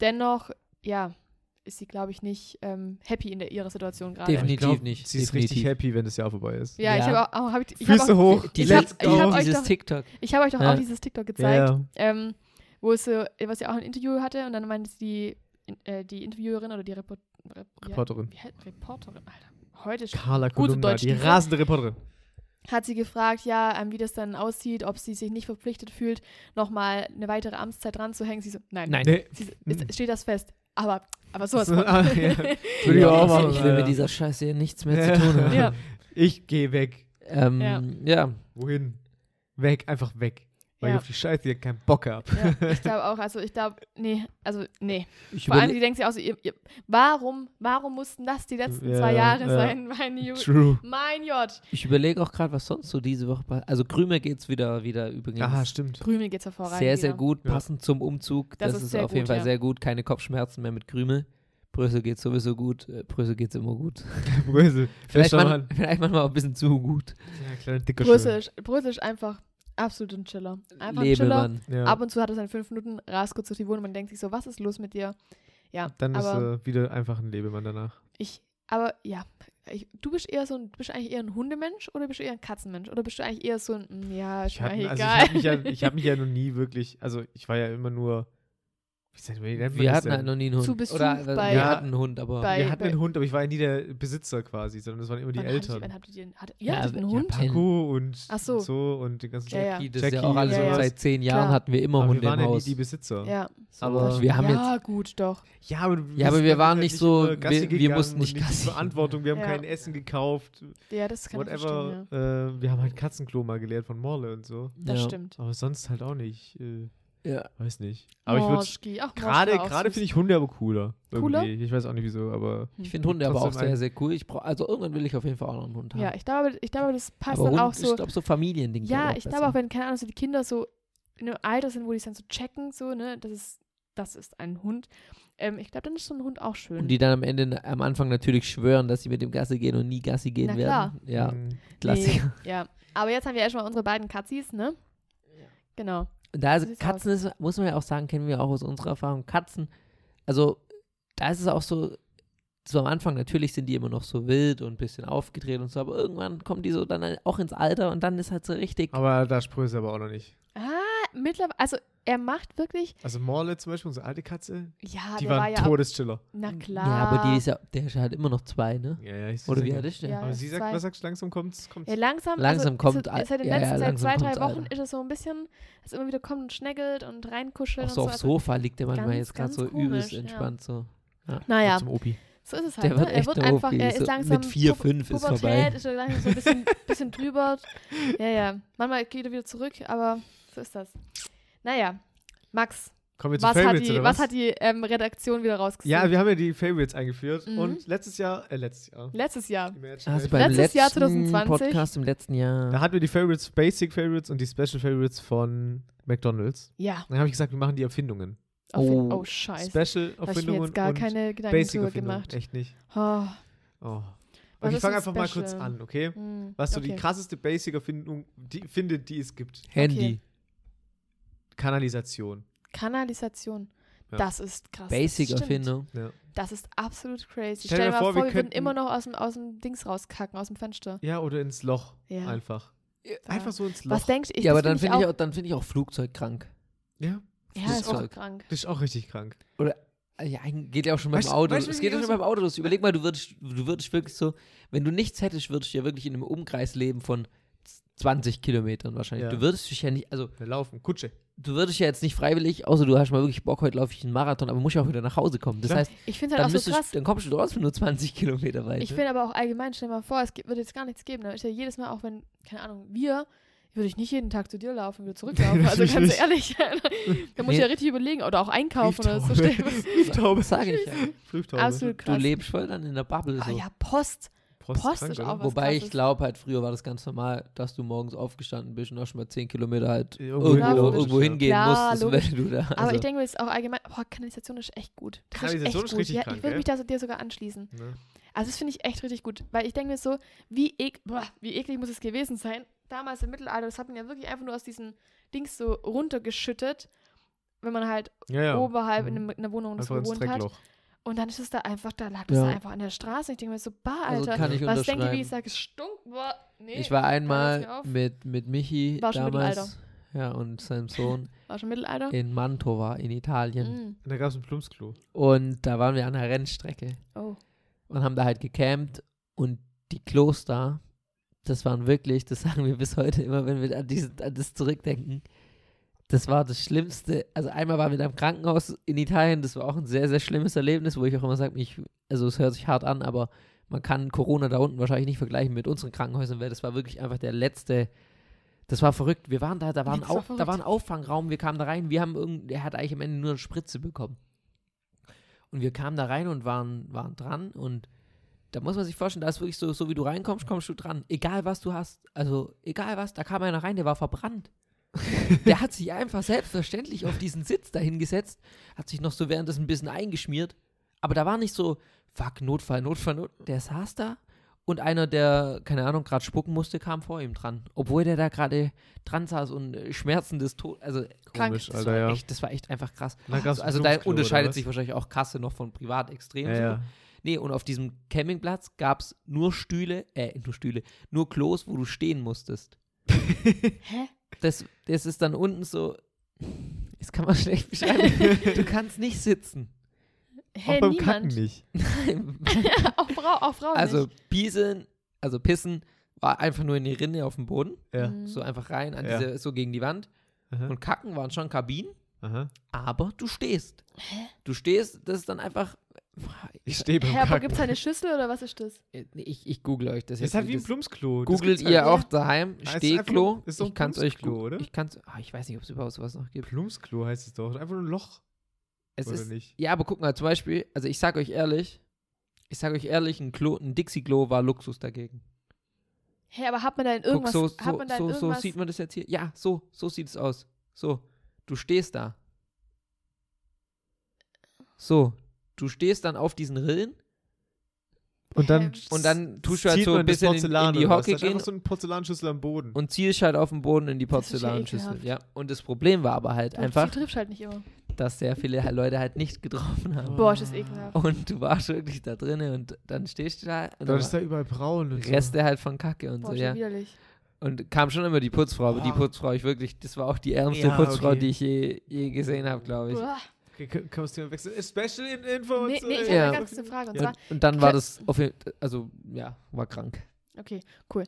[SPEAKER 4] dennoch, ja, ist sie, glaube ich, nicht ähm, happy in der, ihrer Situation gerade.
[SPEAKER 1] Definitiv.
[SPEAKER 2] Ich glaub,
[SPEAKER 1] nicht,
[SPEAKER 2] Sie ist
[SPEAKER 1] definitiv.
[SPEAKER 2] richtig happy, wenn das Jahr vorbei ist.
[SPEAKER 4] Ja, ich
[SPEAKER 1] Ja.
[SPEAKER 4] habe auch, auch, hab ich, ich hab
[SPEAKER 2] Füße
[SPEAKER 4] auch,
[SPEAKER 2] hoch.
[SPEAKER 4] ich
[SPEAKER 1] Dieses,
[SPEAKER 2] Let's
[SPEAKER 4] hab- ich hab
[SPEAKER 2] go.
[SPEAKER 4] euch
[SPEAKER 1] dieses
[SPEAKER 4] doch-
[SPEAKER 1] TikTok.
[SPEAKER 4] Ich habe euch doch
[SPEAKER 1] Ja.
[SPEAKER 4] auch dieses TikTok gezeigt.
[SPEAKER 2] Ja, ja.
[SPEAKER 4] ähm, wo es so, was ja auch ein Interview hatte und dann meinte sie die, in- äh, die Interviewerin oder die Report, Rep,
[SPEAKER 2] Reporterin.
[SPEAKER 4] Ja, wie heißt- Reporterin, Alter. Heute schon.
[SPEAKER 2] Carla Kolumna,
[SPEAKER 4] Deutsch,
[SPEAKER 2] die
[SPEAKER 4] die-
[SPEAKER 2] rasende Reporterin.
[SPEAKER 4] hat sie gefragt, ja, ähm, wie das dann aussieht, ob sie sich nicht verpflichtet fühlt, nochmal eine weitere Amtszeit dran zu hängen. Sie so, nein,
[SPEAKER 1] Nein.
[SPEAKER 2] Nee,
[SPEAKER 4] Sie so,
[SPEAKER 2] Hm.
[SPEAKER 4] ist, steht das fest. Aber, aber sowas. Von.
[SPEAKER 2] Ah, ja.
[SPEAKER 1] Würde
[SPEAKER 2] ich
[SPEAKER 1] ich
[SPEAKER 2] auch
[SPEAKER 1] auch
[SPEAKER 2] machen,
[SPEAKER 1] Ich will
[SPEAKER 2] ja.
[SPEAKER 1] mit dieser Scheiße hier nichts mehr zu tun haben.
[SPEAKER 4] Ja.
[SPEAKER 2] Ich gehe weg.
[SPEAKER 1] Ähm,
[SPEAKER 4] Ja.
[SPEAKER 1] ja.
[SPEAKER 2] Wohin? Weg, einfach weg. Weil
[SPEAKER 4] Ja.
[SPEAKER 2] ich auf die Scheiße hier keinen Bock habe.
[SPEAKER 4] ja, ich glaube auch, also ich glaube, nee, also nee.
[SPEAKER 1] Ich
[SPEAKER 4] Vor allem,
[SPEAKER 1] überle-
[SPEAKER 4] die denkt sich auch so, ihr, ihr, warum, warum mussten das die letzten
[SPEAKER 2] Ja,
[SPEAKER 4] zwei Jahre
[SPEAKER 2] ja.
[SPEAKER 4] sein, meine Jugend?
[SPEAKER 2] True.
[SPEAKER 4] Mein J.
[SPEAKER 1] ich überlege auch gerade, was sonst so diese Woche passiert. Also Krümer geht's wieder, wieder übrigens.
[SPEAKER 2] Ah, stimmt.
[SPEAKER 4] Krümel geht's hervorragend.
[SPEAKER 1] sehr, sehr
[SPEAKER 4] wieder.
[SPEAKER 1] gut,
[SPEAKER 2] Ja.
[SPEAKER 1] passend zum Umzug.
[SPEAKER 4] Das
[SPEAKER 1] Das,
[SPEAKER 4] ist
[SPEAKER 1] ist,
[SPEAKER 4] sehr
[SPEAKER 1] auf jeden
[SPEAKER 4] gut,
[SPEAKER 1] Fall
[SPEAKER 4] ja.
[SPEAKER 1] sehr gut. Keine Kopfschmerzen mehr mit Krümel. Brüssel geht sowieso gut. Äh, Brüssel geht's immer gut.
[SPEAKER 2] Brösel.
[SPEAKER 1] Vielleicht,
[SPEAKER 2] Fester
[SPEAKER 1] man, vielleicht manchmal auch ein bisschen zu gut.
[SPEAKER 2] Ja, kleiner dicker
[SPEAKER 4] Brüssel ist, Brüssel ist einfach absolut ein Chiller. Einfach ein Chiller.
[SPEAKER 1] Lebemann.
[SPEAKER 2] Schwimmer. Ja.
[SPEAKER 4] Ab und zu hat er seine fünf Minuten, rast kurz durch die Wohnung, man denkt sich so, was ist los mit dir? Ja,
[SPEAKER 2] Dann ist
[SPEAKER 4] aber
[SPEAKER 2] äh, wieder einfach ein Lebemann danach.
[SPEAKER 4] ich, aber ja, ich, du bist eher so ein, bist du eigentlich eher ein Hundemensch oder bist du eher ein Katzenmensch? Oder bist du eigentlich eher so ein, mm, ja, ist
[SPEAKER 2] Ich hab,
[SPEAKER 4] mir
[SPEAKER 2] also ich
[SPEAKER 4] egal.
[SPEAKER 2] habe mich, ja, ich hab mich ja noch nie wirklich, also ich war ja immer nur, wie sagt- wie nennt man
[SPEAKER 1] Wir
[SPEAKER 2] das
[SPEAKER 1] hatten
[SPEAKER 2] denn?
[SPEAKER 1] halt noch nie einen Hund.
[SPEAKER 4] Zu Besuch
[SPEAKER 1] Oder äh,
[SPEAKER 4] bei-
[SPEAKER 1] wir
[SPEAKER 2] Ja.
[SPEAKER 1] hatten einen Hund, aber
[SPEAKER 4] bei-
[SPEAKER 2] wir hatten
[SPEAKER 4] bei-
[SPEAKER 2] einen Hund, aber ich war ja nie der Besitzer quasi, sondern das waren immer die
[SPEAKER 4] Wann hattet ihr- wann
[SPEAKER 2] Eltern. also
[SPEAKER 4] habt ihr den, hat, ihr
[SPEAKER 1] Ja,
[SPEAKER 4] hattet einen
[SPEAKER 1] aber-
[SPEAKER 4] Hund?
[SPEAKER 1] ja,
[SPEAKER 2] Paco und
[SPEAKER 4] Ach so.
[SPEAKER 2] und so und den ganzen
[SPEAKER 4] Ja, ja.
[SPEAKER 1] Jackie, das ist ja
[SPEAKER 2] Jackie
[SPEAKER 1] auch alles
[SPEAKER 4] und
[SPEAKER 1] so.
[SPEAKER 4] sowas.
[SPEAKER 1] Seit zehn Jahren
[SPEAKER 4] Klar.
[SPEAKER 1] hatten wir immer
[SPEAKER 2] Aber wir
[SPEAKER 1] Hunde
[SPEAKER 2] waren
[SPEAKER 1] im
[SPEAKER 2] ja nie
[SPEAKER 1] Haus.
[SPEAKER 2] die Besitzer.
[SPEAKER 4] Ja,
[SPEAKER 1] aber
[SPEAKER 2] So.
[SPEAKER 1] wir haben jetzt
[SPEAKER 4] ja halt gut, doch.
[SPEAKER 2] Ja, aber, du
[SPEAKER 1] Ja, aber
[SPEAKER 2] bist
[SPEAKER 1] wir waren
[SPEAKER 2] einfach ja halt
[SPEAKER 1] nicht so-
[SPEAKER 2] immer Gassi
[SPEAKER 1] wir- wir
[SPEAKER 2] gegangen
[SPEAKER 1] mussten
[SPEAKER 2] und
[SPEAKER 1] nicht
[SPEAKER 2] die
[SPEAKER 1] Gassi.
[SPEAKER 2] Verantwortung, wir haben
[SPEAKER 4] Ja.
[SPEAKER 2] kein Essen gekauft,
[SPEAKER 4] Ja, das kann ich verstehen, ja.
[SPEAKER 2] whatever. Äh, wir haben halt Katzenklo mal gelehrt von Morle und so.
[SPEAKER 4] Das
[SPEAKER 1] ja.
[SPEAKER 4] stimmt.
[SPEAKER 2] Aber sonst halt auch nicht. Äh,
[SPEAKER 1] Ja.
[SPEAKER 2] weiß nicht. Aber ich würde
[SPEAKER 4] Morschki, ach, Morschki
[SPEAKER 2] gerade
[SPEAKER 4] war Oh, auch
[SPEAKER 2] gerade
[SPEAKER 4] süß.
[SPEAKER 2] finde ich Hunde aber cooler.
[SPEAKER 4] Cooler?
[SPEAKER 2] Irgendwie. Ich weiß auch nicht wieso, aber
[SPEAKER 4] Mhm.
[SPEAKER 1] Ich finde Hunde aber auch
[SPEAKER 2] Trotzdem ein-
[SPEAKER 1] sehr, sehr cool. Ich brauch, also irgendwann will ich auf jeden Fall auch noch einen Hund haben.
[SPEAKER 4] Ja, ich glaube, ich glaube, das passt
[SPEAKER 1] aber
[SPEAKER 4] dann
[SPEAKER 1] Hund,
[SPEAKER 4] auch so.
[SPEAKER 1] ich glaube, so Familiending. ist
[SPEAKER 4] Ja,
[SPEAKER 1] halt
[SPEAKER 4] ich glaube
[SPEAKER 1] besser.
[SPEAKER 4] auch, wenn, keine Ahnung, so die Kinder so in einem Alter sind, wo die es dann so checken, so, ne, das ist, das ist ein Hund. Ähm, ich glaube, dann ist so ein Hund auch schön.
[SPEAKER 1] Und die dann am Ende, am Anfang natürlich schwören, dass sie mit dem Gassi gehen und nie Gassi gehen
[SPEAKER 4] Na
[SPEAKER 1] werden. Ja,
[SPEAKER 2] mh,
[SPEAKER 1] Klassiker.
[SPEAKER 4] ja. Aber jetzt haben wir ja schon mal unsere beiden Katzis, ne? Genau.
[SPEAKER 1] Und Da also
[SPEAKER 4] sieht's
[SPEAKER 1] Katzen ist, muss man ja auch sagen, kennen wir auch aus unserer Erfahrung. Katzen, also da ist es auch so, so am Anfang natürlich sind die immer noch so wild und ein bisschen aufgedreht und so, aber irgendwann kommen die so dann halt auch ins Alter und dann ist halt so richtig.
[SPEAKER 2] aber da sprühe aber auch noch nicht.
[SPEAKER 4] Ah, mittlerweile, also er macht wirklich,
[SPEAKER 2] Also Morle zum Beispiel, unsere alte Katze,
[SPEAKER 4] ja,
[SPEAKER 2] die
[SPEAKER 4] Ah, der
[SPEAKER 2] war
[SPEAKER 4] war
[SPEAKER 2] ein
[SPEAKER 4] ja, auch-
[SPEAKER 2] Todeschiller.
[SPEAKER 4] na klar.
[SPEAKER 1] Ja, aber die ist ja, der ist halt immer noch zwei, ne?
[SPEAKER 2] Ja, ja, ich
[SPEAKER 1] Oder wie alt ist der?
[SPEAKER 4] Ja.
[SPEAKER 2] Aber sie sagt,
[SPEAKER 4] zwei.
[SPEAKER 2] was sagst du, langsam kommt's, kommt's.
[SPEAKER 4] Ja, langsam,
[SPEAKER 1] Langsam
[SPEAKER 4] also,
[SPEAKER 1] kommt
[SPEAKER 4] also,
[SPEAKER 1] Al-
[SPEAKER 4] seit den
[SPEAKER 1] ja, ja,
[SPEAKER 4] letzten, seit
[SPEAKER 1] langsam
[SPEAKER 4] zwei, drei
[SPEAKER 1] kommt's
[SPEAKER 4] Wochen
[SPEAKER 1] Alter.
[SPEAKER 4] ist es so ein bisschen, dass immer wieder kommt und schneckelt und reinkuschelt
[SPEAKER 1] Auch so
[SPEAKER 4] und so.
[SPEAKER 1] aufs Sofa liegt der manchmal
[SPEAKER 4] ganz,
[SPEAKER 1] jetzt gerade
[SPEAKER 4] ganz
[SPEAKER 1] so übelst
[SPEAKER 4] komisch, ja.
[SPEAKER 1] entspannt so.
[SPEAKER 4] naja,
[SPEAKER 2] Zum Opi.
[SPEAKER 4] So ist es halt.
[SPEAKER 1] Der wird
[SPEAKER 4] ne?
[SPEAKER 1] echt
[SPEAKER 4] er wird
[SPEAKER 1] doof,
[SPEAKER 4] einfach,
[SPEAKER 1] wie
[SPEAKER 4] er
[SPEAKER 1] so
[SPEAKER 4] ist langsam
[SPEAKER 1] mit vier,
[SPEAKER 4] Pu-
[SPEAKER 1] fünf ist
[SPEAKER 4] Pubertät,
[SPEAKER 1] vorbei.
[SPEAKER 4] ist er langsam so ein bisschen, bisschen drüber. Ja, ja. Manchmal geht er wieder zurück, aber so ist das. Naja, Max,
[SPEAKER 2] Kommen wir zu
[SPEAKER 4] was hat,
[SPEAKER 2] Favorites,
[SPEAKER 4] die,
[SPEAKER 2] oder
[SPEAKER 4] was hat die ähm, Redaktion wieder rausgesucht?
[SPEAKER 2] Ja, wir haben ja die Favorites eingeführt
[SPEAKER 4] Mhm.
[SPEAKER 2] und letztes Jahr, äh, letztes Jahr.
[SPEAKER 4] Letztes Jahr.
[SPEAKER 2] Imagine
[SPEAKER 1] Hast du
[SPEAKER 2] Dragons.
[SPEAKER 1] Also beim
[SPEAKER 4] Letztes
[SPEAKER 1] letzten
[SPEAKER 4] Jahr 2020?
[SPEAKER 1] Podcast im letzten Jahr.
[SPEAKER 2] Da hatten wir die Favorites, Basic Favorites und die Special Favorites von McDonalds.
[SPEAKER 4] Ja.
[SPEAKER 2] Dann habe ich gesagt, wir machen die Erfindungen.
[SPEAKER 4] Auf jeden-
[SPEAKER 1] Oh.
[SPEAKER 4] oh scheiße.
[SPEAKER 2] Special
[SPEAKER 4] Da habe ich mir
[SPEAKER 2] Erfindungen
[SPEAKER 4] jetzt gar
[SPEAKER 2] und
[SPEAKER 4] keine Gedanken
[SPEAKER 2] Basic
[SPEAKER 4] drüber
[SPEAKER 2] Erfindungen.
[SPEAKER 4] gemacht.
[SPEAKER 2] Echt nicht. Oh.
[SPEAKER 4] Oh, Was
[SPEAKER 2] Okay, ich
[SPEAKER 4] ist
[SPEAKER 2] fange
[SPEAKER 4] ein
[SPEAKER 2] einfach mal
[SPEAKER 4] Special?
[SPEAKER 2] kurz an, okay?
[SPEAKER 4] hm,
[SPEAKER 2] Was so die
[SPEAKER 4] okay.
[SPEAKER 2] krasseste Basic-Erfindung die, findet, die es gibt.
[SPEAKER 1] Handy.
[SPEAKER 2] Kanalisation.
[SPEAKER 4] Kanalisation.
[SPEAKER 2] Ja.
[SPEAKER 4] Das ist krass. das stimmt.
[SPEAKER 1] Basic-Erfindung.
[SPEAKER 4] Das ist absolut crazy.
[SPEAKER 2] Stell
[SPEAKER 4] Stell,
[SPEAKER 2] dir
[SPEAKER 4] dir mal
[SPEAKER 2] vor,
[SPEAKER 4] vor,
[SPEAKER 2] wir
[SPEAKER 4] wir, würden
[SPEAKER 2] könnten-
[SPEAKER 4] immer noch aus dem, aus dem Dings rauskacken, aus dem Fenster.
[SPEAKER 2] Ja, oder ins Loch.
[SPEAKER 4] Ja.
[SPEAKER 2] Einfach. Einfach so ins Loch.
[SPEAKER 4] Was denkst du?
[SPEAKER 1] Ja, aber dann finde ich, auch- dann finde ich auch Flugzeug krank.
[SPEAKER 2] ja.
[SPEAKER 4] Ja,
[SPEAKER 1] Das
[SPEAKER 4] ist auch
[SPEAKER 1] Zeug.
[SPEAKER 4] krank.
[SPEAKER 2] Das ist auch richtig krank.
[SPEAKER 1] Also Ja, eigentlich geht ja auch schon beim
[SPEAKER 2] Weißt du-
[SPEAKER 1] Auto.
[SPEAKER 2] weißt du,
[SPEAKER 1] es
[SPEAKER 2] wie
[SPEAKER 1] geht ja
[SPEAKER 2] ich
[SPEAKER 1] schon
[SPEAKER 2] so-
[SPEAKER 1] beim Auto los. Überleg mal, du würdest, du würdest wirklich so, wenn du nichts hättest, würdest du ja wirklich in einem Umkreis leben von 20 Kilometern wahrscheinlich.
[SPEAKER 2] Ja.
[SPEAKER 1] Du würdest dich ja nicht, also
[SPEAKER 2] Wir laufen, Kutsche.
[SPEAKER 1] du würdest ja jetzt nicht freiwillig, außer du hast mal wirklich Bock, heute laufe ich einen Marathon, aber musst ja auch wieder nach Hause kommen. Das
[SPEAKER 2] Klar.
[SPEAKER 1] heißt,
[SPEAKER 4] Ich finde
[SPEAKER 1] dann,
[SPEAKER 4] halt auch so
[SPEAKER 1] müsstest,
[SPEAKER 4] krass.
[SPEAKER 1] dann kommst du trotzdem nur 20 Kilometer weit.
[SPEAKER 4] Ich
[SPEAKER 1] ne?
[SPEAKER 4] finde aber auch allgemein, stell dir mal vor, es gibt, wird jetzt gar nichts geben. ne? Dann ist ja jedes Mal, auch wenn, keine Ahnung, wir, würde ich nicht jeden Tag zu dir laufen, wieder zurücklaufen. Also
[SPEAKER 2] Natürlich
[SPEAKER 4] ganz
[SPEAKER 2] nicht.
[SPEAKER 4] ehrlich, da muss ich ja richtig überlegen. Oder auch einkaufen oder so. Stell dir mal-
[SPEAKER 2] Brieftaube.
[SPEAKER 1] Sag ich ja.
[SPEAKER 2] Brieftaube.
[SPEAKER 4] Absolut
[SPEAKER 1] Du
[SPEAKER 4] krass.
[SPEAKER 1] lebst voll dann in der Bubble.
[SPEAKER 4] Ah
[SPEAKER 1] so.
[SPEAKER 4] ja, Post.
[SPEAKER 2] Post,
[SPEAKER 4] Post
[SPEAKER 2] krank,
[SPEAKER 4] ist
[SPEAKER 2] oder?
[SPEAKER 4] auch was
[SPEAKER 1] Wobei ich
[SPEAKER 4] Krasses.
[SPEAKER 1] glaube, halt früher war das ganz normal, dass du morgens aufgestanden bist und auch schon mal 10 Kilometer halt irgendwo,
[SPEAKER 2] Irgendwo
[SPEAKER 4] hin-
[SPEAKER 1] irgendwo,
[SPEAKER 4] logisch,
[SPEAKER 2] ja.
[SPEAKER 1] hingehen
[SPEAKER 4] Klar,
[SPEAKER 1] musstest,
[SPEAKER 4] logisch.
[SPEAKER 1] wenn du da. Also,
[SPEAKER 4] Aber ich denke mir jetzt auch allgemein, boah, Kanalisation ist echt gut. Das
[SPEAKER 2] Kanalisation
[SPEAKER 4] echt
[SPEAKER 2] ist richtig
[SPEAKER 4] gut. Ja,
[SPEAKER 2] krank,
[SPEAKER 4] ich würde
[SPEAKER 2] gell?
[SPEAKER 4] mich da so dir sogar anschließen.
[SPEAKER 2] Ne?
[SPEAKER 4] Also das finde ich echt richtig gut, weil ich denke mir so, wie, ek boah, wie eklig muss es gewesen sein, damals im Mittelalter, das hat man ja wirklich einfach nur aus diesem Dings so runtergeschüttet, wenn man halt
[SPEAKER 2] Ja, ja.
[SPEAKER 4] oberhalb in,
[SPEAKER 2] Mhm.
[SPEAKER 4] einem, in einer Wohnung so
[SPEAKER 2] Einfach ins
[SPEAKER 4] gewohnt hat.
[SPEAKER 2] Dreckloch.
[SPEAKER 4] Und dann ist es da einfach, da lag das
[SPEAKER 1] Ja.
[SPEAKER 4] da einfach an der Straße. Ich denke mir so, bah,
[SPEAKER 1] also
[SPEAKER 4] Alter,
[SPEAKER 1] kann ich
[SPEAKER 4] was denkt ihr, wie
[SPEAKER 1] unterschreiben.
[SPEAKER 4] ich sage, gestunken? Boah, nee,
[SPEAKER 1] ich war
[SPEAKER 4] hör
[SPEAKER 1] einmal
[SPEAKER 4] auf.
[SPEAKER 1] mit, mit Michi
[SPEAKER 4] War schon
[SPEAKER 1] damals ja, und seinem Sohn
[SPEAKER 4] war schon Mittelalter.
[SPEAKER 1] in Mantova in Italien.
[SPEAKER 4] Mm.
[SPEAKER 2] Und da gab es ein Plumpsklo.
[SPEAKER 1] Und da waren wir an der Rennstrecke
[SPEAKER 4] Oh,
[SPEAKER 1] und haben da halt gecampt und die Kloster, das waren wirklich, das sagen wir bis heute immer, wenn wir an, diesen, an das zurückdenken, das war das Schlimmste. Also einmal waren wir da im Krankenhaus in Italien, das war auch ein sehr, sehr schlimmes Erlebnis, wo ich auch immer sage, ich, also es hört sich hart an, aber man kann Corona da unten wahrscheinlich nicht vergleichen mit unseren Krankenhäusern, weil das war wirklich einfach der letzte. Das war verrückt. Wir waren da, da war, ein
[SPEAKER 4] Das war
[SPEAKER 1] Au- da war ein
[SPEAKER 4] verrückt.
[SPEAKER 1] Auffangraum, wir kamen da rein, wir haben irgend, er hat eigentlich am Ende nur eine Spritze bekommen. Und wir kamen da rein und waren, waren dran und da muss man sich vorstellen, da ist wirklich so, so wie du reinkommst, kommst du dran. Egal was du hast, also egal was, da kam einer rein, der war verbrannt. der hat sich einfach selbstverständlich auf diesen Sitz dahingesetzt, hat sich noch so währenddessen ein bisschen eingeschmiert, aber da war nicht so, fuck, Notfall, Notfall, Notfall. Der saß da und einer, der, keine Ahnung, gerade spucken musste, kam vor ihm dran. Obwohl der da gerade dran saß und äh, Schmerzen des Todes, also
[SPEAKER 4] Krank.
[SPEAKER 2] Komisch,
[SPEAKER 1] das,
[SPEAKER 2] Alter,
[SPEAKER 1] war
[SPEAKER 2] ja.
[SPEAKER 1] echt, das war echt einfach krass.
[SPEAKER 2] Und dann gab's ein
[SPEAKER 1] also da
[SPEAKER 2] Plumpsklo, oder
[SPEAKER 1] unterscheidet
[SPEAKER 2] was?
[SPEAKER 1] sich wahrscheinlich auch Kasse noch von privat extrem.
[SPEAKER 2] Ja,
[SPEAKER 1] so.
[SPEAKER 2] ja.
[SPEAKER 1] Nee, und auf diesem Campingplatz gab es nur Stühle, äh, nur Stühle, nur Klos, wo du stehen musstest.
[SPEAKER 4] hä?
[SPEAKER 1] Das, das ist dann unten so, das kann man schlecht beschreiben. du kannst nicht sitzen.
[SPEAKER 4] Hä,
[SPEAKER 2] Auch beim Kacken
[SPEAKER 4] niemand.
[SPEAKER 2] nicht.
[SPEAKER 4] auch, Frau, auch Frauen
[SPEAKER 1] also
[SPEAKER 4] nicht.
[SPEAKER 1] Pieseln, also Pissen war einfach nur in die Rinne auf dem Boden,
[SPEAKER 2] Ja.
[SPEAKER 4] Mhm.
[SPEAKER 1] so einfach rein, an
[SPEAKER 2] Ja.
[SPEAKER 1] diese, so gegen die Wand.
[SPEAKER 2] Aha.
[SPEAKER 1] Und Kacken waren schon Kabinen,
[SPEAKER 2] Aha.
[SPEAKER 1] aber du stehst. Du stehst, das ist dann einfach,
[SPEAKER 2] Ich stehe beim
[SPEAKER 4] Hä, aber halt
[SPEAKER 2] Kacken.
[SPEAKER 4] gibt es eine Schüssel oder was ist das?
[SPEAKER 1] ich, ich google euch das
[SPEAKER 2] Das ist
[SPEAKER 1] jetzt.
[SPEAKER 2] halt wie
[SPEAKER 1] wie
[SPEAKER 2] ein Plumpsklo. Das
[SPEAKER 1] Googelt
[SPEAKER 2] gibt's
[SPEAKER 1] ihr
[SPEAKER 2] halt.
[SPEAKER 1] auch daheim
[SPEAKER 2] Ah, es ist
[SPEAKER 1] Stehklo?
[SPEAKER 2] einfach- ist doch
[SPEAKER 1] ich
[SPEAKER 2] ein
[SPEAKER 1] kann es euch
[SPEAKER 2] Plumpsklo,
[SPEAKER 1] gu-
[SPEAKER 2] oder?
[SPEAKER 1] Ich kann's, ah, ich weiß nicht, ob es überhaupt sowas noch gibt.
[SPEAKER 2] Plumpsklo heißt es doch. Einfach nur ein Loch,
[SPEAKER 1] Es
[SPEAKER 2] oder
[SPEAKER 1] ist,
[SPEAKER 2] nicht?
[SPEAKER 1] ja, aber guck mal, zum Beispiel, also ich sag euch ehrlich, ich sag euch ehrlich, ein Klo, ein Dixie-Klo war Luxus dagegen.
[SPEAKER 4] Hä, aber hat man da in irgendwas,
[SPEAKER 1] guck, so,
[SPEAKER 4] hat
[SPEAKER 1] so,
[SPEAKER 4] man da in
[SPEAKER 1] so, so
[SPEAKER 4] irgendwas,
[SPEAKER 1] sieht man das jetzt hier. Ja, so, so sieht es aus. So, du stehst da. So, du stehst dann auf diesen Rillen
[SPEAKER 2] Und dann,
[SPEAKER 1] und dann tust du
[SPEAKER 2] zieht
[SPEAKER 1] halt so
[SPEAKER 2] man
[SPEAKER 1] ein
[SPEAKER 2] das
[SPEAKER 1] bisschen in, in
[SPEAKER 2] Porzellan
[SPEAKER 1] die
[SPEAKER 2] oder was?
[SPEAKER 1] Hocke
[SPEAKER 2] Da ist
[SPEAKER 1] gehen
[SPEAKER 2] einfach so ein Porzellanschüssel am Boden.
[SPEAKER 1] und zielst halt auf den Boden in die
[SPEAKER 4] Das ist ja
[SPEAKER 1] Porzellanschüssel. Ja,
[SPEAKER 4] ekelhaft.
[SPEAKER 1] und das Problem war aber halt
[SPEAKER 4] Du-
[SPEAKER 1] einfach,
[SPEAKER 4] Sie trifft halt nicht immer.
[SPEAKER 1] dass sehr viele halt Leute halt nicht getroffen haben.
[SPEAKER 4] Boah, ist das ekelhaft.
[SPEAKER 1] Und du warst wirklich da drinnen und dann stehst du da und
[SPEAKER 2] Dann
[SPEAKER 1] dann
[SPEAKER 2] ist da überall braun und so.
[SPEAKER 1] Reste halt von Kacke und
[SPEAKER 4] Boah,
[SPEAKER 1] so,
[SPEAKER 4] ist
[SPEAKER 1] ja.
[SPEAKER 4] widerlich.
[SPEAKER 1] Und kam schon immer die Putzfrau, aber die
[SPEAKER 2] Boah.
[SPEAKER 1] Putzfrau, ich wirklich, das war auch die ärmste
[SPEAKER 2] Ja,
[SPEAKER 1] Putzfrau,
[SPEAKER 2] okay.
[SPEAKER 1] die ich je, je gesehen habe, glaube ich.
[SPEAKER 4] Uah.
[SPEAKER 2] Okay, können können wir das Thema wechseln? Special in Info.
[SPEAKER 4] Nee, nee, ich habe
[SPEAKER 1] Ja.
[SPEAKER 4] eine ganz kurze Frage. Und
[SPEAKER 2] Ja.
[SPEAKER 4] zwar,
[SPEAKER 1] Und dann war
[SPEAKER 4] Klar.
[SPEAKER 1] das auf jeden also ja, war krank.
[SPEAKER 4] Okay, cool.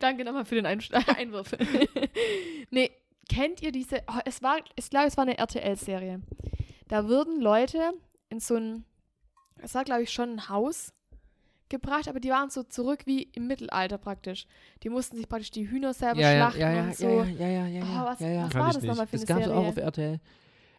[SPEAKER 4] Danke nochmal für den Ein Einwurf. nee, kennt ihr diese? Oh, es war, ich glaube, es war eine RTL-Serie. Da würden Leute in so ein, es war, glaube ich, schon ein Haus gebracht, aber die waren so zurück wie im Mittelalter praktisch. Die mussten sich praktisch die Hühner selber
[SPEAKER 1] ja,
[SPEAKER 4] schlachten
[SPEAKER 1] ja, ja,
[SPEAKER 4] und so.
[SPEAKER 1] ja, ja, ja, ja,
[SPEAKER 4] Oh,
[SPEAKER 1] ja,
[SPEAKER 4] was,
[SPEAKER 1] ja, ja.
[SPEAKER 4] was
[SPEAKER 2] Kann
[SPEAKER 4] war
[SPEAKER 2] ich
[SPEAKER 4] das
[SPEAKER 2] nicht.
[SPEAKER 4] nochmal für
[SPEAKER 1] Das
[SPEAKER 4] eine
[SPEAKER 1] gab es
[SPEAKER 4] Serie?
[SPEAKER 1] auch auf RTL.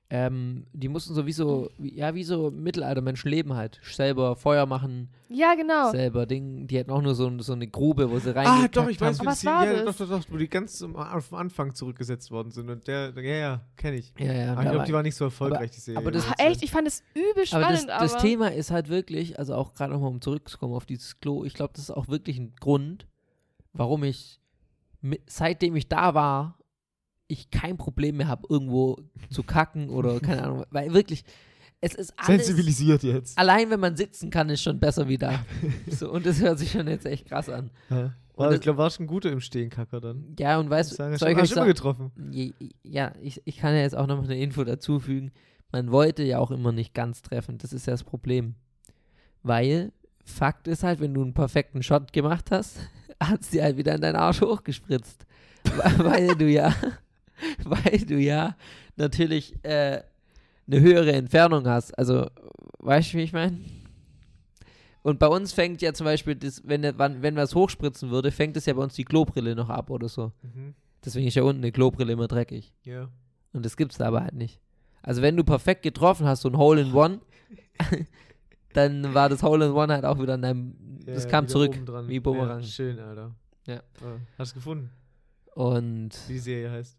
[SPEAKER 1] Ähm, die mussten sowieso, wie, ja, wie so Mittelaltermenschen leben halt. Selber Feuer machen,
[SPEAKER 4] ja, genau.
[SPEAKER 1] selber Ding. Die hatten auch nur so, ein- so eine Grube, wo sie reingekackt
[SPEAKER 2] Ah, doch, ich
[SPEAKER 1] haben.
[SPEAKER 2] weiß, wie
[SPEAKER 4] Aber
[SPEAKER 2] das
[SPEAKER 4] was
[SPEAKER 2] hier,
[SPEAKER 4] war
[SPEAKER 2] ja,
[SPEAKER 4] das?
[SPEAKER 2] Doch, doch, doch, wo die ganz am auf den Anfang zurückgesetzt worden sind. Und der, ja, ja, kenne ich.
[SPEAKER 1] Ja, ja,
[SPEAKER 2] Aber
[SPEAKER 1] da
[SPEAKER 2] ich glaube,
[SPEAKER 1] war-
[SPEAKER 2] die war nicht so erfolgreich, die Serie.
[SPEAKER 1] aber das-
[SPEAKER 4] Ah, echt, ich fand es übel
[SPEAKER 1] aber das,
[SPEAKER 4] spannend, aber,
[SPEAKER 1] das Thema ist halt wirklich, also auch gerade nochmal um zurückzukommen auf dieses Klo, ich glaube, das ist auch wirklich ein Grund, warum ich, mi- seitdem ich da war, ich kein Problem mehr habe, irgendwo zu kacken oder keine Ahnung, weil wirklich, es ist alles,
[SPEAKER 2] Sensibilisiert jetzt.
[SPEAKER 1] allein wenn man sitzen kann, ist schon besser wie da. So, und das hört sich schon jetzt echt krass an.
[SPEAKER 2] Ja. War,
[SPEAKER 1] das-
[SPEAKER 2] ich glaube, war schon gute im Stehenkacker dann.
[SPEAKER 1] Ja, und
[SPEAKER 2] Ich
[SPEAKER 1] weißt du,
[SPEAKER 2] sage, schon,
[SPEAKER 1] soll ich
[SPEAKER 2] hast
[SPEAKER 1] euch
[SPEAKER 2] schon mal
[SPEAKER 1] sagen,
[SPEAKER 2] getroffen.
[SPEAKER 1] Je- Ja, ich, ich kann ja jetzt auch nochmal eine Info dazufügen. Man wollte ja auch immer nicht ganz treffen. Das ist ja das Problem. Weil Fakt ist halt, wenn du einen perfekten Shot gemacht hast, hat sie halt wieder in deinen Arsch hochgespritzt. Wa- weil du ja, weil du ja natürlich äh, eine höhere Entfernung hast. Also, weißt du, wie ich meine? Und bei uns fängt ja zum Beispiel, das, wenn, der- wann- wenn was hochspritzen würde, fängt es ja bei uns die Klobrille noch ab oder so.
[SPEAKER 2] Mhm.
[SPEAKER 1] Deswegen ist ja unten eine Klobrille immer dreckig.
[SPEAKER 2] Ja.
[SPEAKER 1] Und das gibt's da aber halt nicht. Also wenn du perfekt getroffen hast, so ein Hole in One, dann war das Hole in One halt auch wieder an deinem.
[SPEAKER 2] Ja,
[SPEAKER 1] das
[SPEAKER 2] ja,
[SPEAKER 1] kam
[SPEAKER 2] wieder
[SPEAKER 1] zurück.
[SPEAKER 2] oben dran.
[SPEAKER 1] wie Bumerang.
[SPEAKER 2] Ja, schön, Alter.
[SPEAKER 1] Ja.
[SPEAKER 2] Ah, hast du gefunden,
[SPEAKER 1] Und
[SPEAKER 2] wie die Serie heißt?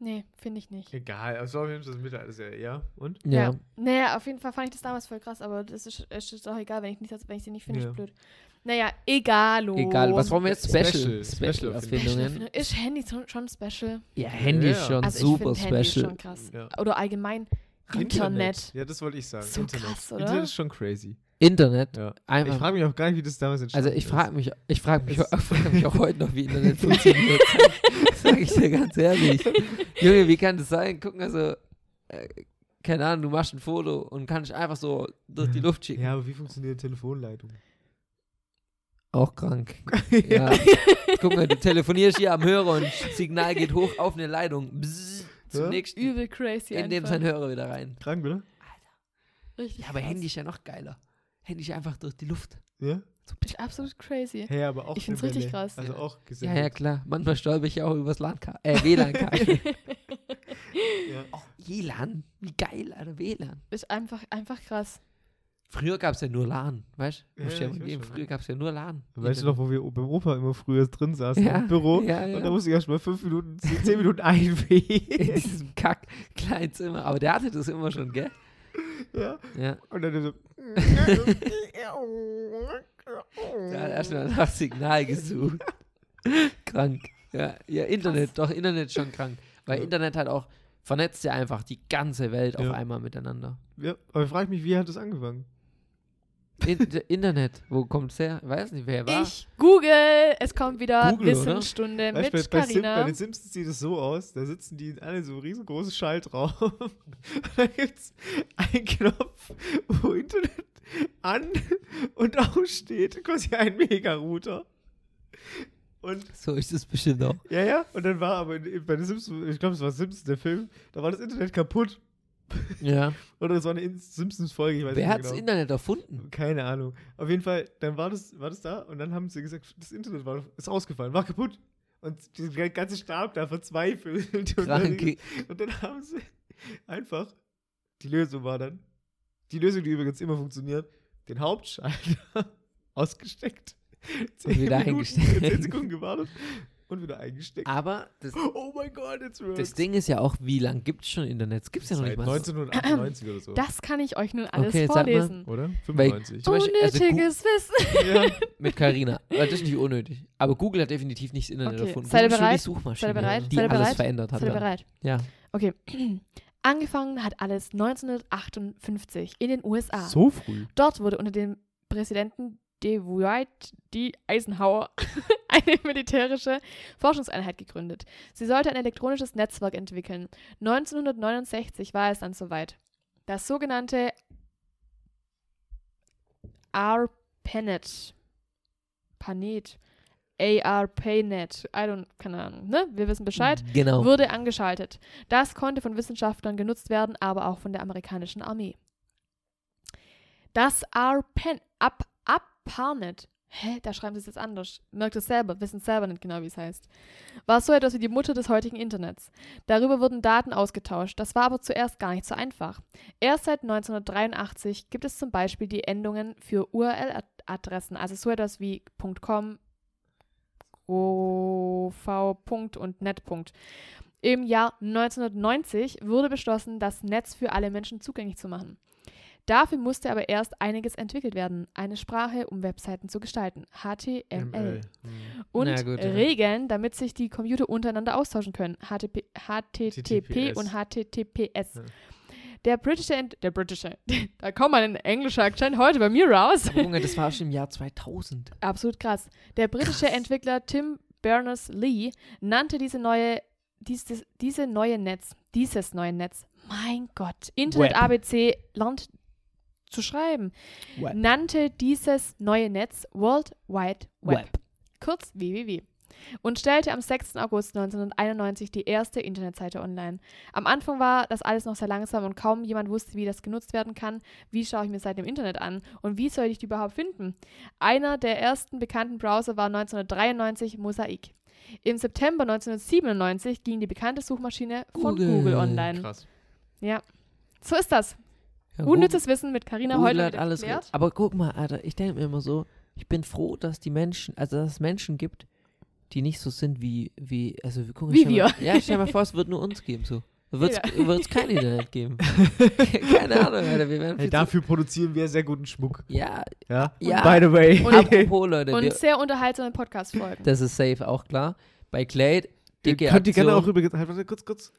[SPEAKER 4] Nee, finde ich nicht.
[SPEAKER 2] Egal,
[SPEAKER 1] also
[SPEAKER 2] es war auf jeden Fall das Mittelalter-Serie, ja. Und?
[SPEAKER 1] ja.
[SPEAKER 4] Naja, auf jeden Fall fand ich das damals voll krass, aber das ist, es ist auch egal, wenn ich, nicht, wenn ich sie nicht finde,
[SPEAKER 2] Ja.
[SPEAKER 4] ist blöd. Naja, egalo.
[SPEAKER 1] Egal, was wollen wir jetzt? Special.
[SPEAKER 2] Special, Special
[SPEAKER 1] Erfindungen.
[SPEAKER 4] Ist Handy schon, schon special?
[SPEAKER 1] Ja, Handy ist
[SPEAKER 2] Ja.
[SPEAKER 1] schon
[SPEAKER 4] Also
[SPEAKER 1] super
[SPEAKER 4] ich finde Handy
[SPEAKER 1] special.
[SPEAKER 4] schon krass.
[SPEAKER 2] Ja.
[SPEAKER 4] Oder allgemein Internet.
[SPEAKER 2] Ja, das wollte ich sagen.
[SPEAKER 4] So
[SPEAKER 2] Internet.
[SPEAKER 4] krass, oder?
[SPEAKER 2] Internet ist schon crazy.
[SPEAKER 1] Internet.
[SPEAKER 2] Ja. Ich
[SPEAKER 1] Einfach.
[SPEAKER 2] frage mich auch gar nicht, wie das damals entstanden
[SPEAKER 1] also ich frage mich, ich frage mich,
[SPEAKER 2] Das-
[SPEAKER 1] frag mich auch heute noch, wie Internet funktioniert. Sag- Sag ich dir ganz ehrlich. Junge, wie kann das sein? Guck mal so, äh, keine Ahnung, du machst ein Foto und kannst einfach so durch die Luft
[SPEAKER 2] ist.
[SPEAKER 1] schicken.
[SPEAKER 2] Mhm. Ja, aber wie funktioniert Telefonleitung?
[SPEAKER 1] Auch krank. Ja. Guck mal, du telefonierst hier am Hörer und das Signal geht hoch auf eine Leitung. Bzzz, zum
[SPEAKER 2] Ja?
[SPEAKER 1] nächsten.
[SPEAKER 4] Übel crazy
[SPEAKER 1] in dem
[SPEAKER 4] einfach.
[SPEAKER 1] sein Hörer wieder rein.
[SPEAKER 2] Krank, oder?
[SPEAKER 4] Richtig
[SPEAKER 1] Ja, aber
[SPEAKER 4] krass.
[SPEAKER 1] Handy ist ja noch geiler. Handy ist ja einfach durch die Luft.
[SPEAKER 2] Ja?
[SPEAKER 4] Ist absolut crazy.
[SPEAKER 2] Hey, aber auch
[SPEAKER 4] Ich find's
[SPEAKER 2] eine
[SPEAKER 4] richtig
[SPEAKER 2] Welle.
[SPEAKER 4] krass.
[SPEAKER 2] Also
[SPEAKER 1] Ja.
[SPEAKER 2] auch gesehen.
[SPEAKER 1] Ja, ja, klar. Manchmal stolper ich ja auch übers LAN-Kabel. Äh, WLAN-Kabel. oh, WLAN. Wie geil, Alter, WLAN.
[SPEAKER 4] Ist einfach, einfach krass.
[SPEAKER 1] Früher gab es ja nur LAN, weißt du?
[SPEAKER 2] Ja,
[SPEAKER 1] Musst du dir
[SPEAKER 2] ich
[SPEAKER 1] mal
[SPEAKER 2] weiß
[SPEAKER 1] geben,
[SPEAKER 2] schon,
[SPEAKER 1] Früher
[SPEAKER 2] ja.
[SPEAKER 1] gab es ja nur LAN.
[SPEAKER 2] Weißt du noch, wo wir o- beim Opa immer früher drin saßen
[SPEAKER 1] Ja,
[SPEAKER 2] im Büro?
[SPEAKER 1] ja, ja.
[SPEAKER 2] Und da musste ich erst mal fünf Minuten, zehn zehn Minuten einwählen.
[SPEAKER 1] in diesem kack kleinen Zimmer. Aber der hatte das immer schon, gell?
[SPEAKER 2] ja.
[SPEAKER 1] Ja.
[SPEAKER 2] Und dann so.
[SPEAKER 1] Der hat erstmal nach Signal gesucht. krank. Ja, ja Internet, doch, Internet ist schon krank. Weil
[SPEAKER 2] Ja.
[SPEAKER 1] Internet halt auch vernetzt ja einfach die ganze Welt
[SPEAKER 2] Ja.
[SPEAKER 1] auf einmal miteinander.
[SPEAKER 2] ja, aber ich frage mich, wie hat das angefangen?
[SPEAKER 1] In, Internet, wo kommt's her? Weiß nicht, wer war.
[SPEAKER 4] Ich google. Es kommt wieder
[SPEAKER 1] Google, oder?
[SPEAKER 4] Wissensstunde
[SPEAKER 2] Weißt du,
[SPEAKER 4] mit
[SPEAKER 2] bei, bei, Sim, bei
[SPEAKER 4] Carina.
[SPEAKER 2] den Simpsons sieht es so aus, da sitzen die in alle so riesengroßen Schalltraum. Und da gibt es einen Knopf, wo Internet an und aus steht, quasi ein Mega-Router. Und
[SPEAKER 1] So ist es bestimmt auch.
[SPEAKER 2] ja, ja, und dann war aber in, in, bei den Simpsons, ich glaube, es war Simpsons, der Film, da war das Internet kaputt.
[SPEAKER 1] Ja.
[SPEAKER 2] Oder es war eine In- Simpsons-Folge, ich weiß
[SPEAKER 1] Wer
[SPEAKER 2] nicht
[SPEAKER 1] hat
[SPEAKER 2] mehr
[SPEAKER 1] das
[SPEAKER 2] genau.
[SPEAKER 1] Internet erfunden?
[SPEAKER 2] Keine Ahnung. Auf jeden Fall, dann war das, war das da und dann haben sie gesagt, das Internet war, ist ausgefallen, war kaputt. Und der ganze Stab da verzweifelt. Und dann,
[SPEAKER 1] Krank.
[SPEAKER 2] und dann haben sie einfach, die Lösung war dann, die Lösung, die übrigens immer funktioniert, den Hauptschalter ausgesteckt. Zehn
[SPEAKER 1] wieder eingesteckt.
[SPEAKER 2] Zehn Sekunden gewartet und wieder eingesteckt.
[SPEAKER 1] Aber das,
[SPEAKER 2] Oh mein Gott, jetzt wird
[SPEAKER 1] das Ding ist ja auch, wie lange gibt's schon Internet? Das gibt's ja noch nicht mal. so-
[SPEAKER 2] 1998 oder so.
[SPEAKER 4] Das kann ich euch nun alles
[SPEAKER 1] Okay, sag mal.
[SPEAKER 4] vorlesen.
[SPEAKER 2] oder?
[SPEAKER 1] Weil-
[SPEAKER 2] 95.
[SPEAKER 1] Zum Beispiel, also Gu-
[SPEAKER 4] Unnötiges Wissen.
[SPEAKER 2] ja.
[SPEAKER 1] Mit Carina. Aber Das ist nicht unnötig. Aber Google hat definitiv nicht das Internet
[SPEAKER 4] Okay,
[SPEAKER 1] erfunden.
[SPEAKER 4] seid
[SPEAKER 1] Google
[SPEAKER 4] ihr
[SPEAKER 1] ist nur
[SPEAKER 4] bereit?
[SPEAKER 1] Die Suchmaschine,
[SPEAKER 4] Seid ihr bereit?
[SPEAKER 1] die
[SPEAKER 4] Seid ihr
[SPEAKER 1] alles
[SPEAKER 4] bereit?
[SPEAKER 1] verändert hat.
[SPEAKER 4] Seid ihr
[SPEAKER 1] ja.
[SPEAKER 4] bereit?
[SPEAKER 1] ja.
[SPEAKER 4] Okay. Angefangen hat alles 1958 in den
[SPEAKER 1] Ah.
[SPEAKER 4] USA.
[SPEAKER 2] So früh.
[SPEAKER 4] Dort wurde unter dem Präsidenten Dwight D. Eisenhower eine militärische Forschungseinheit gegründet. Sie sollte ein elektronisches Netzwerk entwickeln. 1969 war es dann soweit. Das sogenannte ARPANET. Panet. ARPANET. E I don't, keine Ahnung, ne? Wir wissen Bescheid
[SPEAKER 1] Genau.
[SPEAKER 4] wurde angeschaltet. Das konnte von Wissenschaftlern genutzt werden, aber auch von der amerikanischen Armee. Das ARPANET, Ap ARPANET, hä, da schreiben sie es jetzt anders, merkt es selber, wissen selber nicht genau, wie es heißt, war so etwas wie die Mutter des heutigen Internets. Darüber wurden Daten ausgetauscht, das war aber zuerst gar nicht so einfach. Erst seit 1983 gibt es zum Beispiel die Endungen für URL-Adressen, also so etwas wie .com, OV. und net. Im Jahr 1990 wurde beschlossen, das Netz für alle Menschen zugänglich zu machen. Dafür musste aber erst einiges entwickelt werden, eine Sprache, um Webseiten zu gestalten, HTML,
[SPEAKER 2] Hm.
[SPEAKER 4] und
[SPEAKER 1] Na gut, ja.
[SPEAKER 4] Regeln, damit sich die Computer untereinander austauschen können, HTTP, HTTP
[SPEAKER 2] TTPS.
[SPEAKER 4] und HTTPS.
[SPEAKER 2] Ja.
[SPEAKER 4] Der britische, Ent der britische, da kommt mein englischer Akzent heute bei mir raus.
[SPEAKER 1] Aber Junge, das war schon im Jahr 2000.
[SPEAKER 4] Absolut krass. Der britische Entwickler Tim Berners-Lee nannte diese neue, dieses, diese neue Netz, dieses neue Netz, mein Gott, Internet
[SPEAKER 1] Web.
[SPEAKER 4] ABC lernt zu schreiben,
[SPEAKER 1] Web.
[SPEAKER 4] nannte dieses neue Netz World Wide Web,
[SPEAKER 1] Web.
[SPEAKER 4] kurz WWW, und stellte am 6. August 1991 die erste Internetseite online. Am Anfang war das alles noch sehr langsam und kaum jemand wusste, wie das genutzt werden kann. Wie schaue ich mir Seiten im Internet an und wie soll ich die überhaupt finden? Einer der ersten bekannten Browser war 1993 Mosaic. Im September 1997 ging die bekannte Suchmaschine von
[SPEAKER 1] Google.
[SPEAKER 4] Google, online.
[SPEAKER 2] Krass.
[SPEAKER 4] Ja, so ist das.
[SPEAKER 1] Ja,
[SPEAKER 4] Unnützes Wissen mit Karina
[SPEAKER 1] Google
[SPEAKER 4] heute
[SPEAKER 1] hat
[SPEAKER 4] wieder
[SPEAKER 1] alles
[SPEAKER 4] erklärt.
[SPEAKER 1] richtig. Aber guck mal, Alter, ich denke mir immer so, ich bin froh, dass die Menschen, also dass es Menschen gibt, die nicht so sind wie, wie, also guck mal,
[SPEAKER 4] Wie
[SPEAKER 1] stell mal-
[SPEAKER 4] wir.
[SPEAKER 1] Ja, stell mal vor, es wird nur uns geben, so. Wird
[SPEAKER 4] Ja.
[SPEAKER 1] es kein Internet geben. Keine Ahnung, Alter, wir werden
[SPEAKER 2] Hey,
[SPEAKER 1] viel
[SPEAKER 2] dafür produzieren wir sehr guten Schmuck.
[SPEAKER 1] zu, Ja,
[SPEAKER 2] Ja.
[SPEAKER 1] Ja.
[SPEAKER 2] By the way.
[SPEAKER 4] Und-
[SPEAKER 1] apropos, Leute,
[SPEAKER 4] Und
[SPEAKER 1] wir,
[SPEAKER 4] sehr unterhaltsame Podcast-Folgen.
[SPEAKER 1] das ist safe, auch klar. Bei Glade,
[SPEAKER 2] Ihr
[SPEAKER 1] dicke
[SPEAKER 2] könnt ihr gerne
[SPEAKER 1] Aktion.
[SPEAKER 2] auch übrigens, halt, warte, kurz, kurz.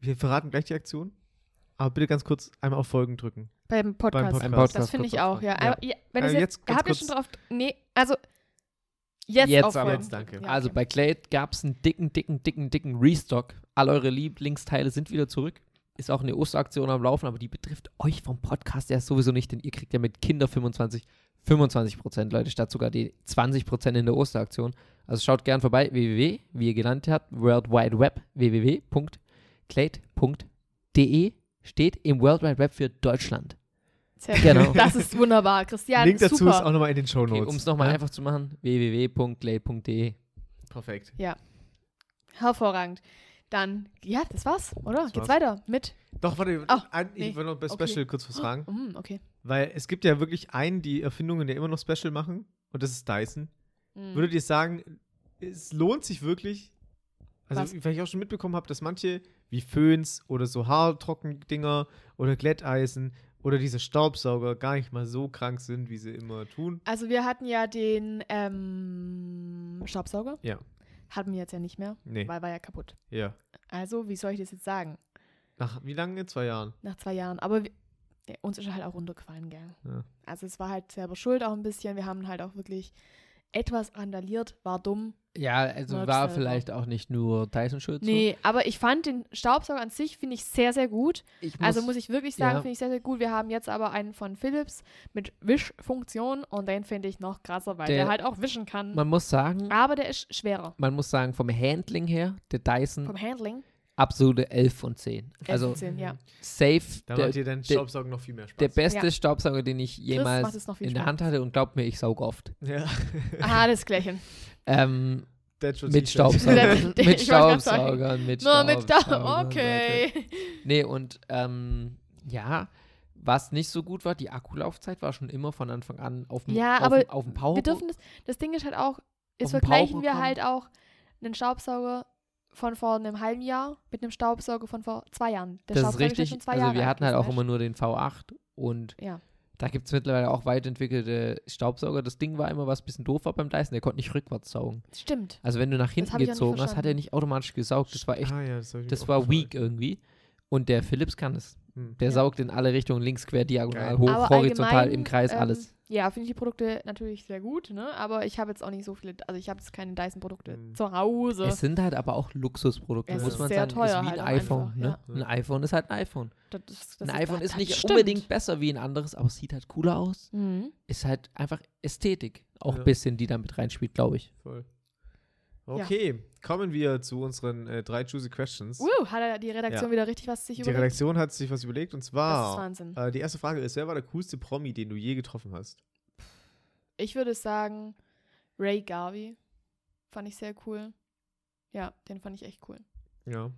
[SPEAKER 2] Wir verraten gleich die Aktion. Aber bitte ganz kurz einmal auf Folgen drücken.
[SPEAKER 4] Beim Podcast.
[SPEAKER 2] Podcast.
[SPEAKER 1] Beim
[SPEAKER 4] Das
[SPEAKER 1] Podcast
[SPEAKER 4] finde ich
[SPEAKER 2] kurz
[SPEAKER 4] auch, ja.
[SPEAKER 2] aufmachen.
[SPEAKER 4] Aber, ja wenn
[SPEAKER 2] Äh,
[SPEAKER 4] es
[SPEAKER 2] jetzt
[SPEAKER 4] jetzt,
[SPEAKER 2] ganz
[SPEAKER 4] habt ihr schon
[SPEAKER 2] kurz.
[SPEAKER 4] drauf. Nee, also jetzt,
[SPEAKER 1] Jetzt
[SPEAKER 4] aufholen.
[SPEAKER 1] aber.
[SPEAKER 2] Jetzt, danke.
[SPEAKER 4] Ja,
[SPEAKER 1] Also
[SPEAKER 4] okay.
[SPEAKER 1] bei Glade gab es einen dicken, dicken, dicken, dicken Restock. All eure Lieblingsteile sind wieder zurück. Ist auch eine Osteraktion am Laufen, aber die betrifft euch vom Podcast ja sowieso nicht, denn ihr kriegt ja mit Kinder 25, 25 Prozent, Leute, statt sogar die 20 Prozent in der Osteraktion. Also schaut gern vorbei, www, wie ihr genannt habt, World Wide Web, www.glade.de E steht im World Wide Web für Deutschland.
[SPEAKER 4] Sehr
[SPEAKER 1] Genau.
[SPEAKER 4] gut. Das ist wunderbar, Christian.
[SPEAKER 2] Link dazu
[SPEAKER 4] super.
[SPEAKER 2] ist auch nochmal in den Show
[SPEAKER 1] Okay,
[SPEAKER 2] Notes.
[SPEAKER 1] um es nochmal
[SPEAKER 2] ja?
[SPEAKER 1] einfach zu machen, www.glade.de.
[SPEAKER 2] Perfekt.
[SPEAKER 4] Hervorragend. Dann, ja, das war's, oder?
[SPEAKER 2] Das war's.
[SPEAKER 4] Geht's weiter mit.
[SPEAKER 2] Doch, warte,
[SPEAKER 4] Ah,
[SPEAKER 2] ein,
[SPEAKER 4] nee.
[SPEAKER 2] ich will noch bei
[SPEAKER 4] Okay.
[SPEAKER 2] Special kurz was fragen.
[SPEAKER 4] Mm, okay.
[SPEAKER 2] Weil es gibt ja wirklich einen, die Erfindungen ja immer noch Special machen. Und das ist Dyson.
[SPEAKER 4] Mm.
[SPEAKER 1] Mhm.
[SPEAKER 2] Würdet ihr sagen, es lohnt sich wirklich? Also,
[SPEAKER 4] Was?
[SPEAKER 2] weil ich auch schon mitbekommen habe, dass manche wie Föhns oder so Haartrockendinger oder Glätteisen oder diese Staubsauger gar nicht mal so krank sind, wie sie immer tun.
[SPEAKER 4] also wir hatten ja den ähm, Staubsauger.
[SPEAKER 2] Ja.
[SPEAKER 4] Hatten wir jetzt ja nicht mehr,
[SPEAKER 2] Nee,
[SPEAKER 4] weil war ja kaputt.
[SPEAKER 2] ja.
[SPEAKER 4] Also, wie soll ich das jetzt sagen?
[SPEAKER 2] Nach wie lange? Zwei Jahren.
[SPEAKER 4] Nach zwei Jahren. Aber wir, ja, uns ist er halt auch runtergefallen, gell?
[SPEAKER 2] Ja.
[SPEAKER 4] Also es war halt selber schuld auch ein bisschen. Wir haben halt auch wirklich etwas randaliert, war dumm.
[SPEAKER 1] Ja, also
[SPEAKER 4] Works
[SPEAKER 1] war
[SPEAKER 4] selber.
[SPEAKER 1] vielleicht auch nicht nur Dyson Schutz.
[SPEAKER 4] Nee, aber ich fand den Staubsauger an sich, finde ich sehr, sehr gut.
[SPEAKER 1] Ich muss,
[SPEAKER 4] Also muss ich wirklich sagen,
[SPEAKER 1] ja.
[SPEAKER 4] finde ich sehr, sehr gut. Wir haben jetzt aber einen von Philips mit Wischfunktion und den finde ich noch krasser, weil der,
[SPEAKER 1] Der-
[SPEAKER 4] halt auch wischen kann.
[SPEAKER 1] man muss sagen,
[SPEAKER 4] aber der ist schwerer.
[SPEAKER 1] man muss sagen, vom Handling her, der Dyson
[SPEAKER 4] Vom Handling.
[SPEAKER 1] absolute 11 von 10.
[SPEAKER 4] 11
[SPEAKER 1] Mhm. Also
[SPEAKER 4] von 10, ja.
[SPEAKER 1] safe
[SPEAKER 2] Da
[SPEAKER 1] der,
[SPEAKER 2] macht dir dein
[SPEAKER 1] der-
[SPEAKER 2] Staubsaugen noch viel mehr Spaß.
[SPEAKER 1] der beste
[SPEAKER 4] Ja.
[SPEAKER 1] Staubsauger, den ich
[SPEAKER 4] Chris macht
[SPEAKER 1] jemals
[SPEAKER 4] es noch viel
[SPEAKER 1] in der
[SPEAKER 4] Spaß.
[SPEAKER 1] Hand hatte und glaubt mir, ich saug oft.
[SPEAKER 2] ja.
[SPEAKER 4] Ah, das Gleiche.
[SPEAKER 1] Ähm,
[SPEAKER 2] That's your
[SPEAKER 1] mit
[SPEAKER 2] T-Shirt.
[SPEAKER 1] Staubsaugern.
[SPEAKER 4] Ich
[SPEAKER 1] mit
[SPEAKER 4] wollte gerade sagen.
[SPEAKER 1] Staubsaugern, mit
[SPEAKER 4] Nur
[SPEAKER 1] Staubsaugern.
[SPEAKER 4] mit Staub. Okay.
[SPEAKER 1] Nee, und ähm, ja, was nicht so gut war, die Akkulaufzeit war schon immer von Anfang an auf dem,
[SPEAKER 4] Ja,
[SPEAKER 1] auf
[SPEAKER 4] aber
[SPEAKER 1] dem, auf dem Power.
[SPEAKER 4] Wir dürfen das, das Ding ist halt auch, jetzt
[SPEAKER 1] Auf den
[SPEAKER 4] vergleichen
[SPEAKER 1] Pauke
[SPEAKER 4] wir
[SPEAKER 1] kommen.
[SPEAKER 4] halt auch einen Staubsauger von vor einem halben Jahr mit einem Staubsauger von vor zwei Jahren. Der
[SPEAKER 1] das ist
[SPEAKER 4] Staubsauger
[SPEAKER 1] richtig.
[SPEAKER 4] schon zwei
[SPEAKER 1] also
[SPEAKER 4] Jahre
[SPEAKER 1] wir
[SPEAKER 4] alt,
[SPEAKER 1] hatten halt
[SPEAKER 4] das
[SPEAKER 1] auch
[SPEAKER 4] weißt
[SPEAKER 1] immer nur den V8 und
[SPEAKER 4] du. Ja.
[SPEAKER 1] Da gibt es mittlerweile auch weit entwickelte Staubsauger. Das Ding war immer was bisschen doof war beim Dyson, der konnte nicht rückwärts saugen.
[SPEAKER 4] Stimmt.
[SPEAKER 1] Also wenn du nach hinten
[SPEAKER 4] hab ich auch nicht
[SPEAKER 1] gezogen hast, hat er
[SPEAKER 4] verstanden.
[SPEAKER 1] nicht automatisch gesaugt. Das war echt,
[SPEAKER 2] Ah, ja, das, hab ich mir
[SPEAKER 1] das
[SPEAKER 2] auch
[SPEAKER 1] war
[SPEAKER 2] gefallen.
[SPEAKER 1] weak irgendwie. Und der Philips kann es.
[SPEAKER 2] Hm.
[SPEAKER 1] Der
[SPEAKER 4] Ja.
[SPEAKER 1] saugt in alle Richtungen, links, quer, diagonal,
[SPEAKER 2] Geil.
[SPEAKER 1] hoch,
[SPEAKER 4] Aber
[SPEAKER 1] horizontal,
[SPEAKER 4] allgemein,
[SPEAKER 1] im Kreis,
[SPEAKER 4] ähm,
[SPEAKER 1] alles.
[SPEAKER 4] Ja, finde ich die Produkte natürlich sehr gut, ne? Aber ich habe jetzt auch nicht so viele, also ich habe jetzt keine Dyson-Produkte
[SPEAKER 2] Mhm.
[SPEAKER 4] zu Hause.
[SPEAKER 1] Es sind halt aber auch Luxusprodukte,
[SPEAKER 4] Es
[SPEAKER 1] muss
[SPEAKER 4] ist
[SPEAKER 1] man
[SPEAKER 4] sehr
[SPEAKER 1] sagen.
[SPEAKER 4] teuer
[SPEAKER 1] ist wie ein
[SPEAKER 4] halt auch
[SPEAKER 1] iPhone.
[SPEAKER 4] einfach,
[SPEAKER 1] ne?
[SPEAKER 2] ja.
[SPEAKER 1] Ein iPhone ist halt ein iPhone.
[SPEAKER 4] Das, ist- das
[SPEAKER 1] ein iPhone
[SPEAKER 4] das-
[SPEAKER 1] ist
[SPEAKER 4] das
[SPEAKER 1] nicht
[SPEAKER 4] stimmt.
[SPEAKER 1] unbedingt besser wie ein anderes, aber es sieht halt cooler aus.
[SPEAKER 4] Mhm.
[SPEAKER 1] Ist halt einfach Ästhetik auch ein
[SPEAKER 2] Ja.
[SPEAKER 1] bisschen, die damit reinspielt, glaube ich.
[SPEAKER 2] Voll. Okay, kommen wir zu unseren äh, drei Juicy Questions.
[SPEAKER 4] Uh, hat er die Redaktion
[SPEAKER 2] Ja.
[SPEAKER 4] wieder richtig was sich
[SPEAKER 2] Die
[SPEAKER 4] überlegt?
[SPEAKER 2] Redaktion hat sich was überlegt und
[SPEAKER 1] Oh.
[SPEAKER 4] Das ist
[SPEAKER 2] zwar.
[SPEAKER 4] Wahnsinn.
[SPEAKER 2] Äh, die erste Frage ist: Wer war der coolste Promi, den du je getroffen hast?
[SPEAKER 4] Ich würde sagen, Ray Garvey fand ich sehr cool. Ja, den fand ich echt cool.
[SPEAKER 2] Ja.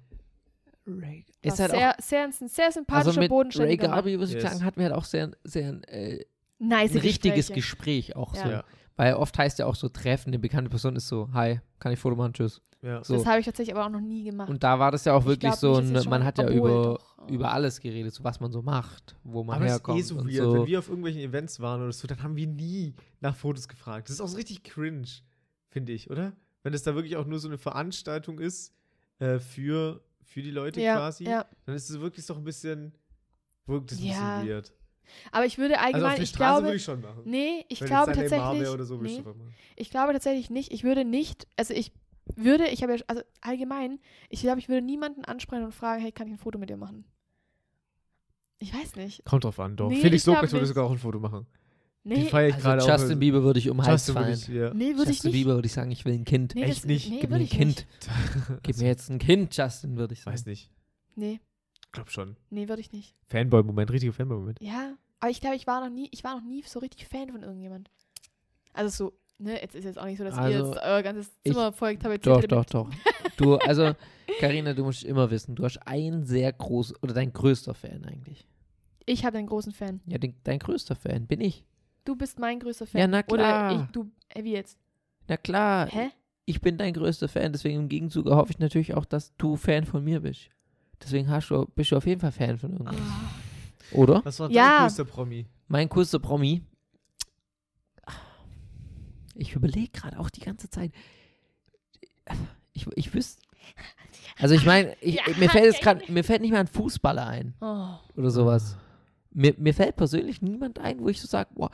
[SPEAKER 1] Ist
[SPEAKER 4] War
[SPEAKER 1] halt auch
[SPEAKER 4] sehr, sehr, ein sehr sympathischer,
[SPEAKER 1] also mit Ray
[SPEAKER 4] bodenständiger
[SPEAKER 1] Garvey, muss ich
[SPEAKER 2] Yes.
[SPEAKER 1] sagen, hatten wir halt auch sehr, sehr ein, äh,
[SPEAKER 4] Mann. Nice
[SPEAKER 1] ein richtiges
[SPEAKER 4] Gespräche.
[SPEAKER 1] Gespräch auch
[SPEAKER 4] Ja.
[SPEAKER 1] so.
[SPEAKER 2] Ja.
[SPEAKER 1] Weil oft heißt ja auch so Treffen, eine bekannte Person ist so, hi, kann ich Foto machen, tschüss.
[SPEAKER 2] ja.
[SPEAKER 1] So.
[SPEAKER 4] Das habe ich tatsächlich aber auch noch nie gemacht.
[SPEAKER 1] Und da war das ja auch
[SPEAKER 4] Ich
[SPEAKER 1] wirklich
[SPEAKER 4] glaub
[SPEAKER 1] so,
[SPEAKER 4] nicht, es ist
[SPEAKER 1] ein,
[SPEAKER 4] schon-
[SPEAKER 1] man hat ja
[SPEAKER 4] obwohl
[SPEAKER 1] über,
[SPEAKER 4] doch, äh,
[SPEAKER 1] über alles geredet, so was man so macht, wo man
[SPEAKER 2] Aber das ist
[SPEAKER 1] herkommt
[SPEAKER 2] eh so
[SPEAKER 1] und
[SPEAKER 2] weird.
[SPEAKER 1] so.
[SPEAKER 2] Wenn wir auf irgendwelchen Events waren oder so, dann haben wir nie nach Fotos gefragt. Das ist auch so richtig cringe, finde ich, oder? Wenn es da wirklich auch nur so eine Veranstaltung ist äh, für, für die Leute
[SPEAKER 4] ja,
[SPEAKER 2] quasi,
[SPEAKER 4] ja.
[SPEAKER 2] dann ist es wirklich doch ein bisschen. Wirkt es ein
[SPEAKER 4] Ja.
[SPEAKER 2] bisschen weird.
[SPEAKER 4] Aber ich würde
[SPEAKER 2] Also
[SPEAKER 4] allgemein,
[SPEAKER 2] auf die
[SPEAKER 4] ich
[SPEAKER 2] Straße
[SPEAKER 4] glaube,
[SPEAKER 2] würde ich schon machen.
[SPEAKER 4] nee, ich
[SPEAKER 2] Wenn jetzt
[SPEAKER 4] glaube
[SPEAKER 2] dein Name wäre
[SPEAKER 4] tatsächlich,
[SPEAKER 2] Oder so, würde ich
[SPEAKER 4] nee,
[SPEAKER 2] schon machen.
[SPEAKER 4] ich glaube tatsächlich nicht. Ich würde nicht, also ich würde, ich habe ja, also allgemein, ich glaube, ich würde niemanden ansprechen und fragen, hey, kann ich ein Foto mit dir machen? Ich weiß nicht.
[SPEAKER 2] Kommt drauf an, doch.
[SPEAKER 4] Nee,
[SPEAKER 2] Felix
[SPEAKER 4] ich glaub
[SPEAKER 2] Lobrecht würde
[SPEAKER 4] nicht.
[SPEAKER 2] sogar auch ein Foto machen. Die
[SPEAKER 4] Nee,
[SPEAKER 2] feiere ich gerade
[SPEAKER 1] Also
[SPEAKER 2] auch.
[SPEAKER 1] Justin Bieber würde ich um den Hals
[SPEAKER 2] Justin würde
[SPEAKER 1] fallen.
[SPEAKER 2] ich, ja.
[SPEAKER 4] nee, würde ich
[SPEAKER 1] Justin
[SPEAKER 4] nicht.
[SPEAKER 1] Bieber würde ich sagen, ich will ein Kind.
[SPEAKER 4] Nee,
[SPEAKER 2] Echt
[SPEAKER 4] das,
[SPEAKER 2] nicht.
[SPEAKER 4] Nee,
[SPEAKER 1] Gib mir ein
[SPEAKER 4] würde ich
[SPEAKER 1] Kind.
[SPEAKER 4] nicht.
[SPEAKER 1] Gib mir jetzt ein Kind, Justin, würde ich sagen.
[SPEAKER 2] Weiß nicht.
[SPEAKER 4] Nee,
[SPEAKER 2] Glaub schon.
[SPEAKER 4] nee, würde ich nicht.
[SPEAKER 2] Fanboy-Moment, richtiger Fanboy-Moment.
[SPEAKER 4] Ja, aber ich glaube, ich war noch nie, ich war noch nie so richtig Fan von irgendjemand. Also so, ne, jetzt ist jetzt auch nicht so, dass ihr
[SPEAKER 1] Also,
[SPEAKER 4] jetzt euer ganzes
[SPEAKER 1] ich-
[SPEAKER 4] Zimmer voll tapeziert
[SPEAKER 1] Doch,
[SPEAKER 4] hättet
[SPEAKER 1] doch,
[SPEAKER 4] mit-
[SPEAKER 1] doch. Du, also, Karina, du musst immer wissen, du hast einen sehr großen, oder dein größter Fan eigentlich.
[SPEAKER 4] Ich habe einen großen Fan.
[SPEAKER 1] Ja, den, dein größter Fan bin ich.
[SPEAKER 4] Du bist mein größter Fan.
[SPEAKER 1] Ja, na klar. Äh,
[SPEAKER 4] Oder ich, du, äh, wie jetzt?
[SPEAKER 1] Na klar,
[SPEAKER 4] Hä?
[SPEAKER 1] ich bin dein größter Fan, deswegen im Gegenzug hoffe ich natürlich auch, dass du Fan von mir bist. Deswegen hast du, bist du auf jeden Fall Fan von irgendwas.
[SPEAKER 4] Ah.
[SPEAKER 1] Oder?
[SPEAKER 2] Was war
[SPEAKER 4] Ja.
[SPEAKER 2] dein größter Promi?
[SPEAKER 1] Mein kurzer Promi. Ich überlege gerade auch die ganze Zeit. Ich, ich wüsste. Also ich meine, ich,
[SPEAKER 4] Ja.
[SPEAKER 1] mir fällt jetzt gerade, mir fällt nicht mal ein Fußballer ein
[SPEAKER 4] Oh.
[SPEAKER 1] oder sowas.
[SPEAKER 2] Ah.
[SPEAKER 1] Mir, mir fällt persönlich niemand ein, wo ich so sage, boah,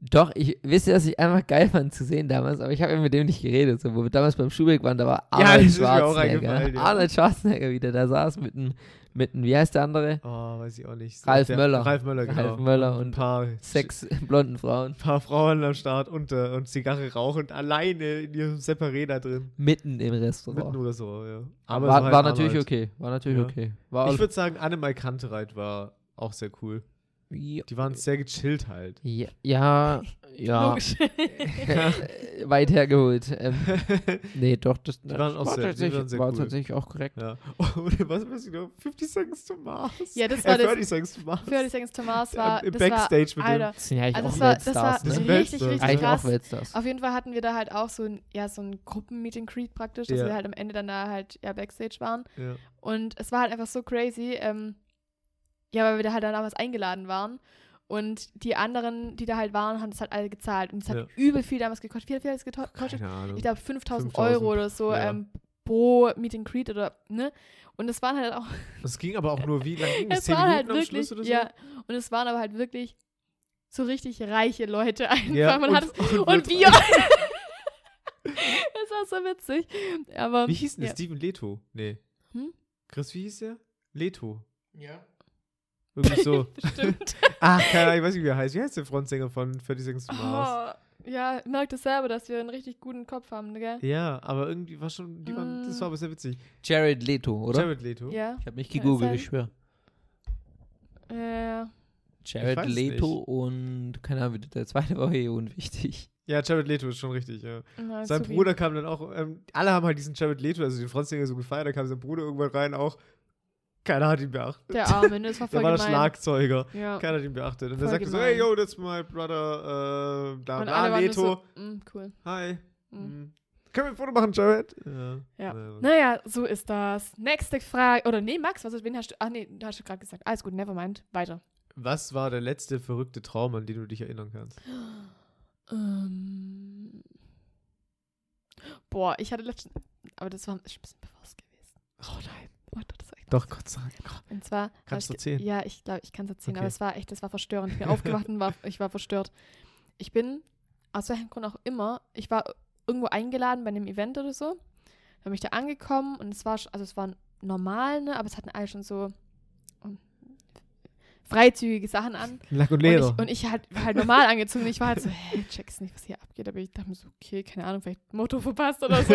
[SPEAKER 1] doch, ich wisst ihr, dass ich einfach geil fand zu sehen damals, aber ich habe ja mit dem nicht geredet. So, wo wir damals beim Schubeck waren, da war
[SPEAKER 2] Ja,
[SPEAKER 1] Arnold
[SPEAKER 2] das ist mir auch
[SPEAKER 1] Schwarzenegger.
[SPEAKER 2] eingefallen, ja.
[SPEAKER 1] Arnold Schwarzenegger wieder, da saß mit einem, mit einem, wie heißt der andere?
[SPEAKER 2] Oh, weiß ich auch nicht.
[SPEAKER 1] Ralf
[SPEAKER 2] Der-
[SPEAKER 1] Möller.
[SPEAKER 2] Ralf Möller, genau.
[SPEAKER 1] Ralf Möller
[SPEAKER 2] Ein
[SPEAKER 1] und
[SPEAKER 2] paar,
[SPEAKER 1] sechs blonden Frauen.
[SPEAKER 2] ein paar Frauen am Start und, äh, und Zigarre rauchend, alleine in ihrem Separé da drin.
[SPEAKER 1] Mitten im
[SPEAKER 2] Mitten
[SPEAKER 1] Restaurant.
[SPEAKER 2] oder so, ja. es
[SPEAKER 1] war
[SPEAKER 2] halt
[SPEAKER 1] war natürlich
[SPEAKER 2] Arbeit.
[SPEAKER 1] okay. War natürlich
[SPEAKER 2] Ja.
[SPEAKER 1] okay. War
[SPEAKER 2] Ich würde sagen, Annemal Kantereit war auch sehr cool.
[SPEAKER 1] ja,
[SPEAKER 2] Die waren sehr gechillt halt.
[SPEAKER 1] ja, ja, ja
[SPEAKER 4] Logisch.
[SPEAKER 1] äh, weit hergeholt. Ähm, nee, doch, das, das
[SPEAKER 2] waren auch
[SPEAKER 1] war,
[SPEAKER 2] sehr- die
[SPEAKER 1] tatsächlich,
[SPEAKER 2] waren sehr
[SPEAKER 1] war
[SPEAKER 2] cool.
[SPEAKER 1] tatsächlich auch korrekt.
[SPEAKER 2] Ja. Oder was weiß ich noch? 50 Seconds to Mars.
[SPEAKER 4] Ja, das
[SPEAKER 2] Äh,
[SPEAKER 4] war das-
[SPEAKER 2] 30 Seconds to Mars.
[SPEAKER 4] 30 Seconds to Mars
[SPEAKER 2] Ja,
[SPEAKER 4] war,
[SPEAKER 2] im
[SPEAKER 4] das
[SPEAKER 2] Backstage
[SPEAKER 4] war,
[SPEAKER 2] mit dem-
[SPEAKER 4] Alter,
[SPEAKER 1] Das sind ja eigentlich
[SPEAKER 4] also
[SPEAKER 1] auch
[SPEAKER 4] das war, das war
[SPEAKER 1] Weltstars,
[SPEAKER 2] Das
[SPEAKER 1] ne?
[SPEAKER 2] sind
[SPEAKER 4] richtig,
[SPEAKER 2] Weltstars.
[SPEAKER 4] richtig
[SPEAKER 1] Eigentlich auch
[SPEAKER 4] krass.
[SPEAKER 1] Weltstars.
[SPEAKER 4] Auf jeden Fall hatten wir da halt auch so ein, ja, so ein Gruppen-Meet-and-Greet praktisch, dass
[SPEAKER 2] Ja.
[SPEAKER 4] wir halt am Ende dann da halt ja Backstage waren.
[SPEAKER 2] Ja.
[SPEAKER 4] Und es war halt einfach so crazy, ähm, ja, weil wir da halt dann damals eingeladen waren. Und die anderen, die da halt waren, haben das halt alle gezahlt. Und es hat
[SPEAKER 2] Ja.
[SPEAKER 4] übel viel damals gekostet. Wie hat viel hat es geto- gekostet?
[SPEAKER 2] Keine Ahnung.
[SPEAKER 4] Ich glaube 5000
[SPEAKER 2] 5000,
[SPEAKER 4] Euro oder so
[SPEAKER 2] ja.
[SPEAKER 4] ähm, pro Meet and Greet oder, ne? Und es waren halt auch,
[SPEAKER 2] Das ging aber auch nur wie lange ging das?
[SPEAKER 4] es
[SPEAKER 2] 10
[SPEAKER 4] waren
[SPEAKER 2] Hm, Minuten
[SPEAKER 4] halt
[SPEAKER 2] am
[SPEAKER 4] wirklich,
[SPEAKER 2] Schluss oder so?
[SPEAKER 4] ja. Und es waren aber halt wirklich so richtig reiche Leute einfach. Man
[SPEAKER 2] und-
[SPEAKER 4] hat es,
[SPEAKER 2] und-
[SPEAKER 4] und wir. das war so witzig. Aber,
[SPEAKER 2] Wie hieß denn der?
[SPEAKER 4] ja.
[SPEAKER 2] Steven Leto? Nee.
[SPEAKER 4] Hm?
[SPEAKER 2] Chris, wie hieß der? Leto.
[SPEAKER 1] Ja.
[SPEAKER 2] Irgendwie so.
[SPEAKER 4] Stimmt.
[SPEAKER 2] Ach, keine Ahnung, ich weiß nicht, wie er heißt. Wie heißt der Frontsänger von 30 Seconds to Mars?
[SPEAKER 4] Oh, ja, merkt es selber, dass wir einen richtig guten Kopf haben, ne, gell?
[SPEAKER 2] Ja, aber irgendwie war schon, die waren, das
[SPEAKER 4] Mm.
[SPEAKER 2] war aber sehr witzig.
[SPEAKER 1] Jared Leto, oder?
[SPEAKER 2] Jared Leto.
[SPEAKER 4] Ja.
[SPEAKER 1] Ich habe nicht
[SPEAKER 4] Kann
[SPEAKER 1] gegoogelt,
[SPEAKER 4] sein.
[SPEAKER 1] ich schwöre.
[SPEAKER 4] Äh,
[SPEAKER 1] Jared
[SPEAKER 2] weiß es
[SPEAKER 1] Leto und, keine Ahnung, wie der zweite war hier unwichtig.
[SPEAKER 2] Ja, Jared Leto ist schon richtig, ja.
[SPEAKER 4] na,
[SPEAKER 2] Sein
[SPEAKER 4] Zubi.
[SPEAKER 2] Bruder kam dann auch, ähm, alle haben halt diesen Jared Leto, also den Frontsänger so gefeiert, da kam sein Bruder irgendwann rein auch. Keiner hat ihn beachtet.
[SPEAKER 4] Der Arme, ne? Das war
[SPEAKER 2] Der
[SPEAKER 4] voll
[SPEAKER 2] war der
[SPEAKER 4] gemein.
[SPEAKER 2] Schlagzeuger.
[SPEAKER 4] Ja.
[SPEAKER 2] Keiner hat ihn beachtet. Und
[SPEAKER 4] Voll
[SPEAKER 2] er sagte so,
[SPEAKER 4] gemein.
[SPEAKER 2] hey, yo, that's my brother, äh, da,
[SPEAKER 4] Und
[SPEAKER 2] da,
[SPEAKER 4] alle waren nur
[SPEAKER 2] Leto.
[SPEAKER 4] so, mm, cool.
[SPEAKER 2] Hi.
[SPEAKER 4] Mm.
[SPEAKER 2] Mm. Können wir ein Foto machen, Jared? Ja.
[SPEAKER 4] Ja. Ne?
[SPEAKER 2] Naja.
[SPEAKER 4] Naja, so ist das. Nächste Frage. Oder nee, Max, was wen hast du. Ach nee, du hast du gerade gesagt. Alles gut, never mind. Weiter.
[SPEAKER 2] Was war der letzte verrückte Traum, an den du dich erinnern kannst?
[SPEAKER 4] Ähm. Boah, ich hatte letztens. Aber das war ist schon ein bisschen bevor es gewesen.
[SPEAKER 2] Oh nein.
[SPEAKER 4] Oh, doch, das war echt
[SPEAKER 2] Doch, Gott sei Dank.
[SPEAKER 4] Und zwar.
[SPEAKER 2] Kannst du
[SPEAKER 4] hab ich ge-
[SPEAKER 2] erzählen?
[SPEAKER 4] Ja, ich glaube, ich kann es erzählen, aber
[SPEAKER 2] Okay.
[SPEAKER 4] es war echt, das war verstörend. Ich bin aufgewacht und war, ich war verstört. Ich bin, aus welchem Grund auch immer, ich war irgendwo eingeladen bei einem Event oder so. Dann bin ich da angekommen und es war, sch- also es war normal, ne, aber es hatten alle schon so ähm, freizügige Sachen an.
[SPEAKER 2] Lack und
[SPEAKER 4] Und ich,
[SPEAKER 2] Leder.
[SPEAKER 4] und ich halt, war halt normal angezogen. Ich war halt so, hä, check's nicht, was hier abgeht. Aber ich dachte mir so, okay, keine Ahnung, vielleicht Motto verpasst oder so.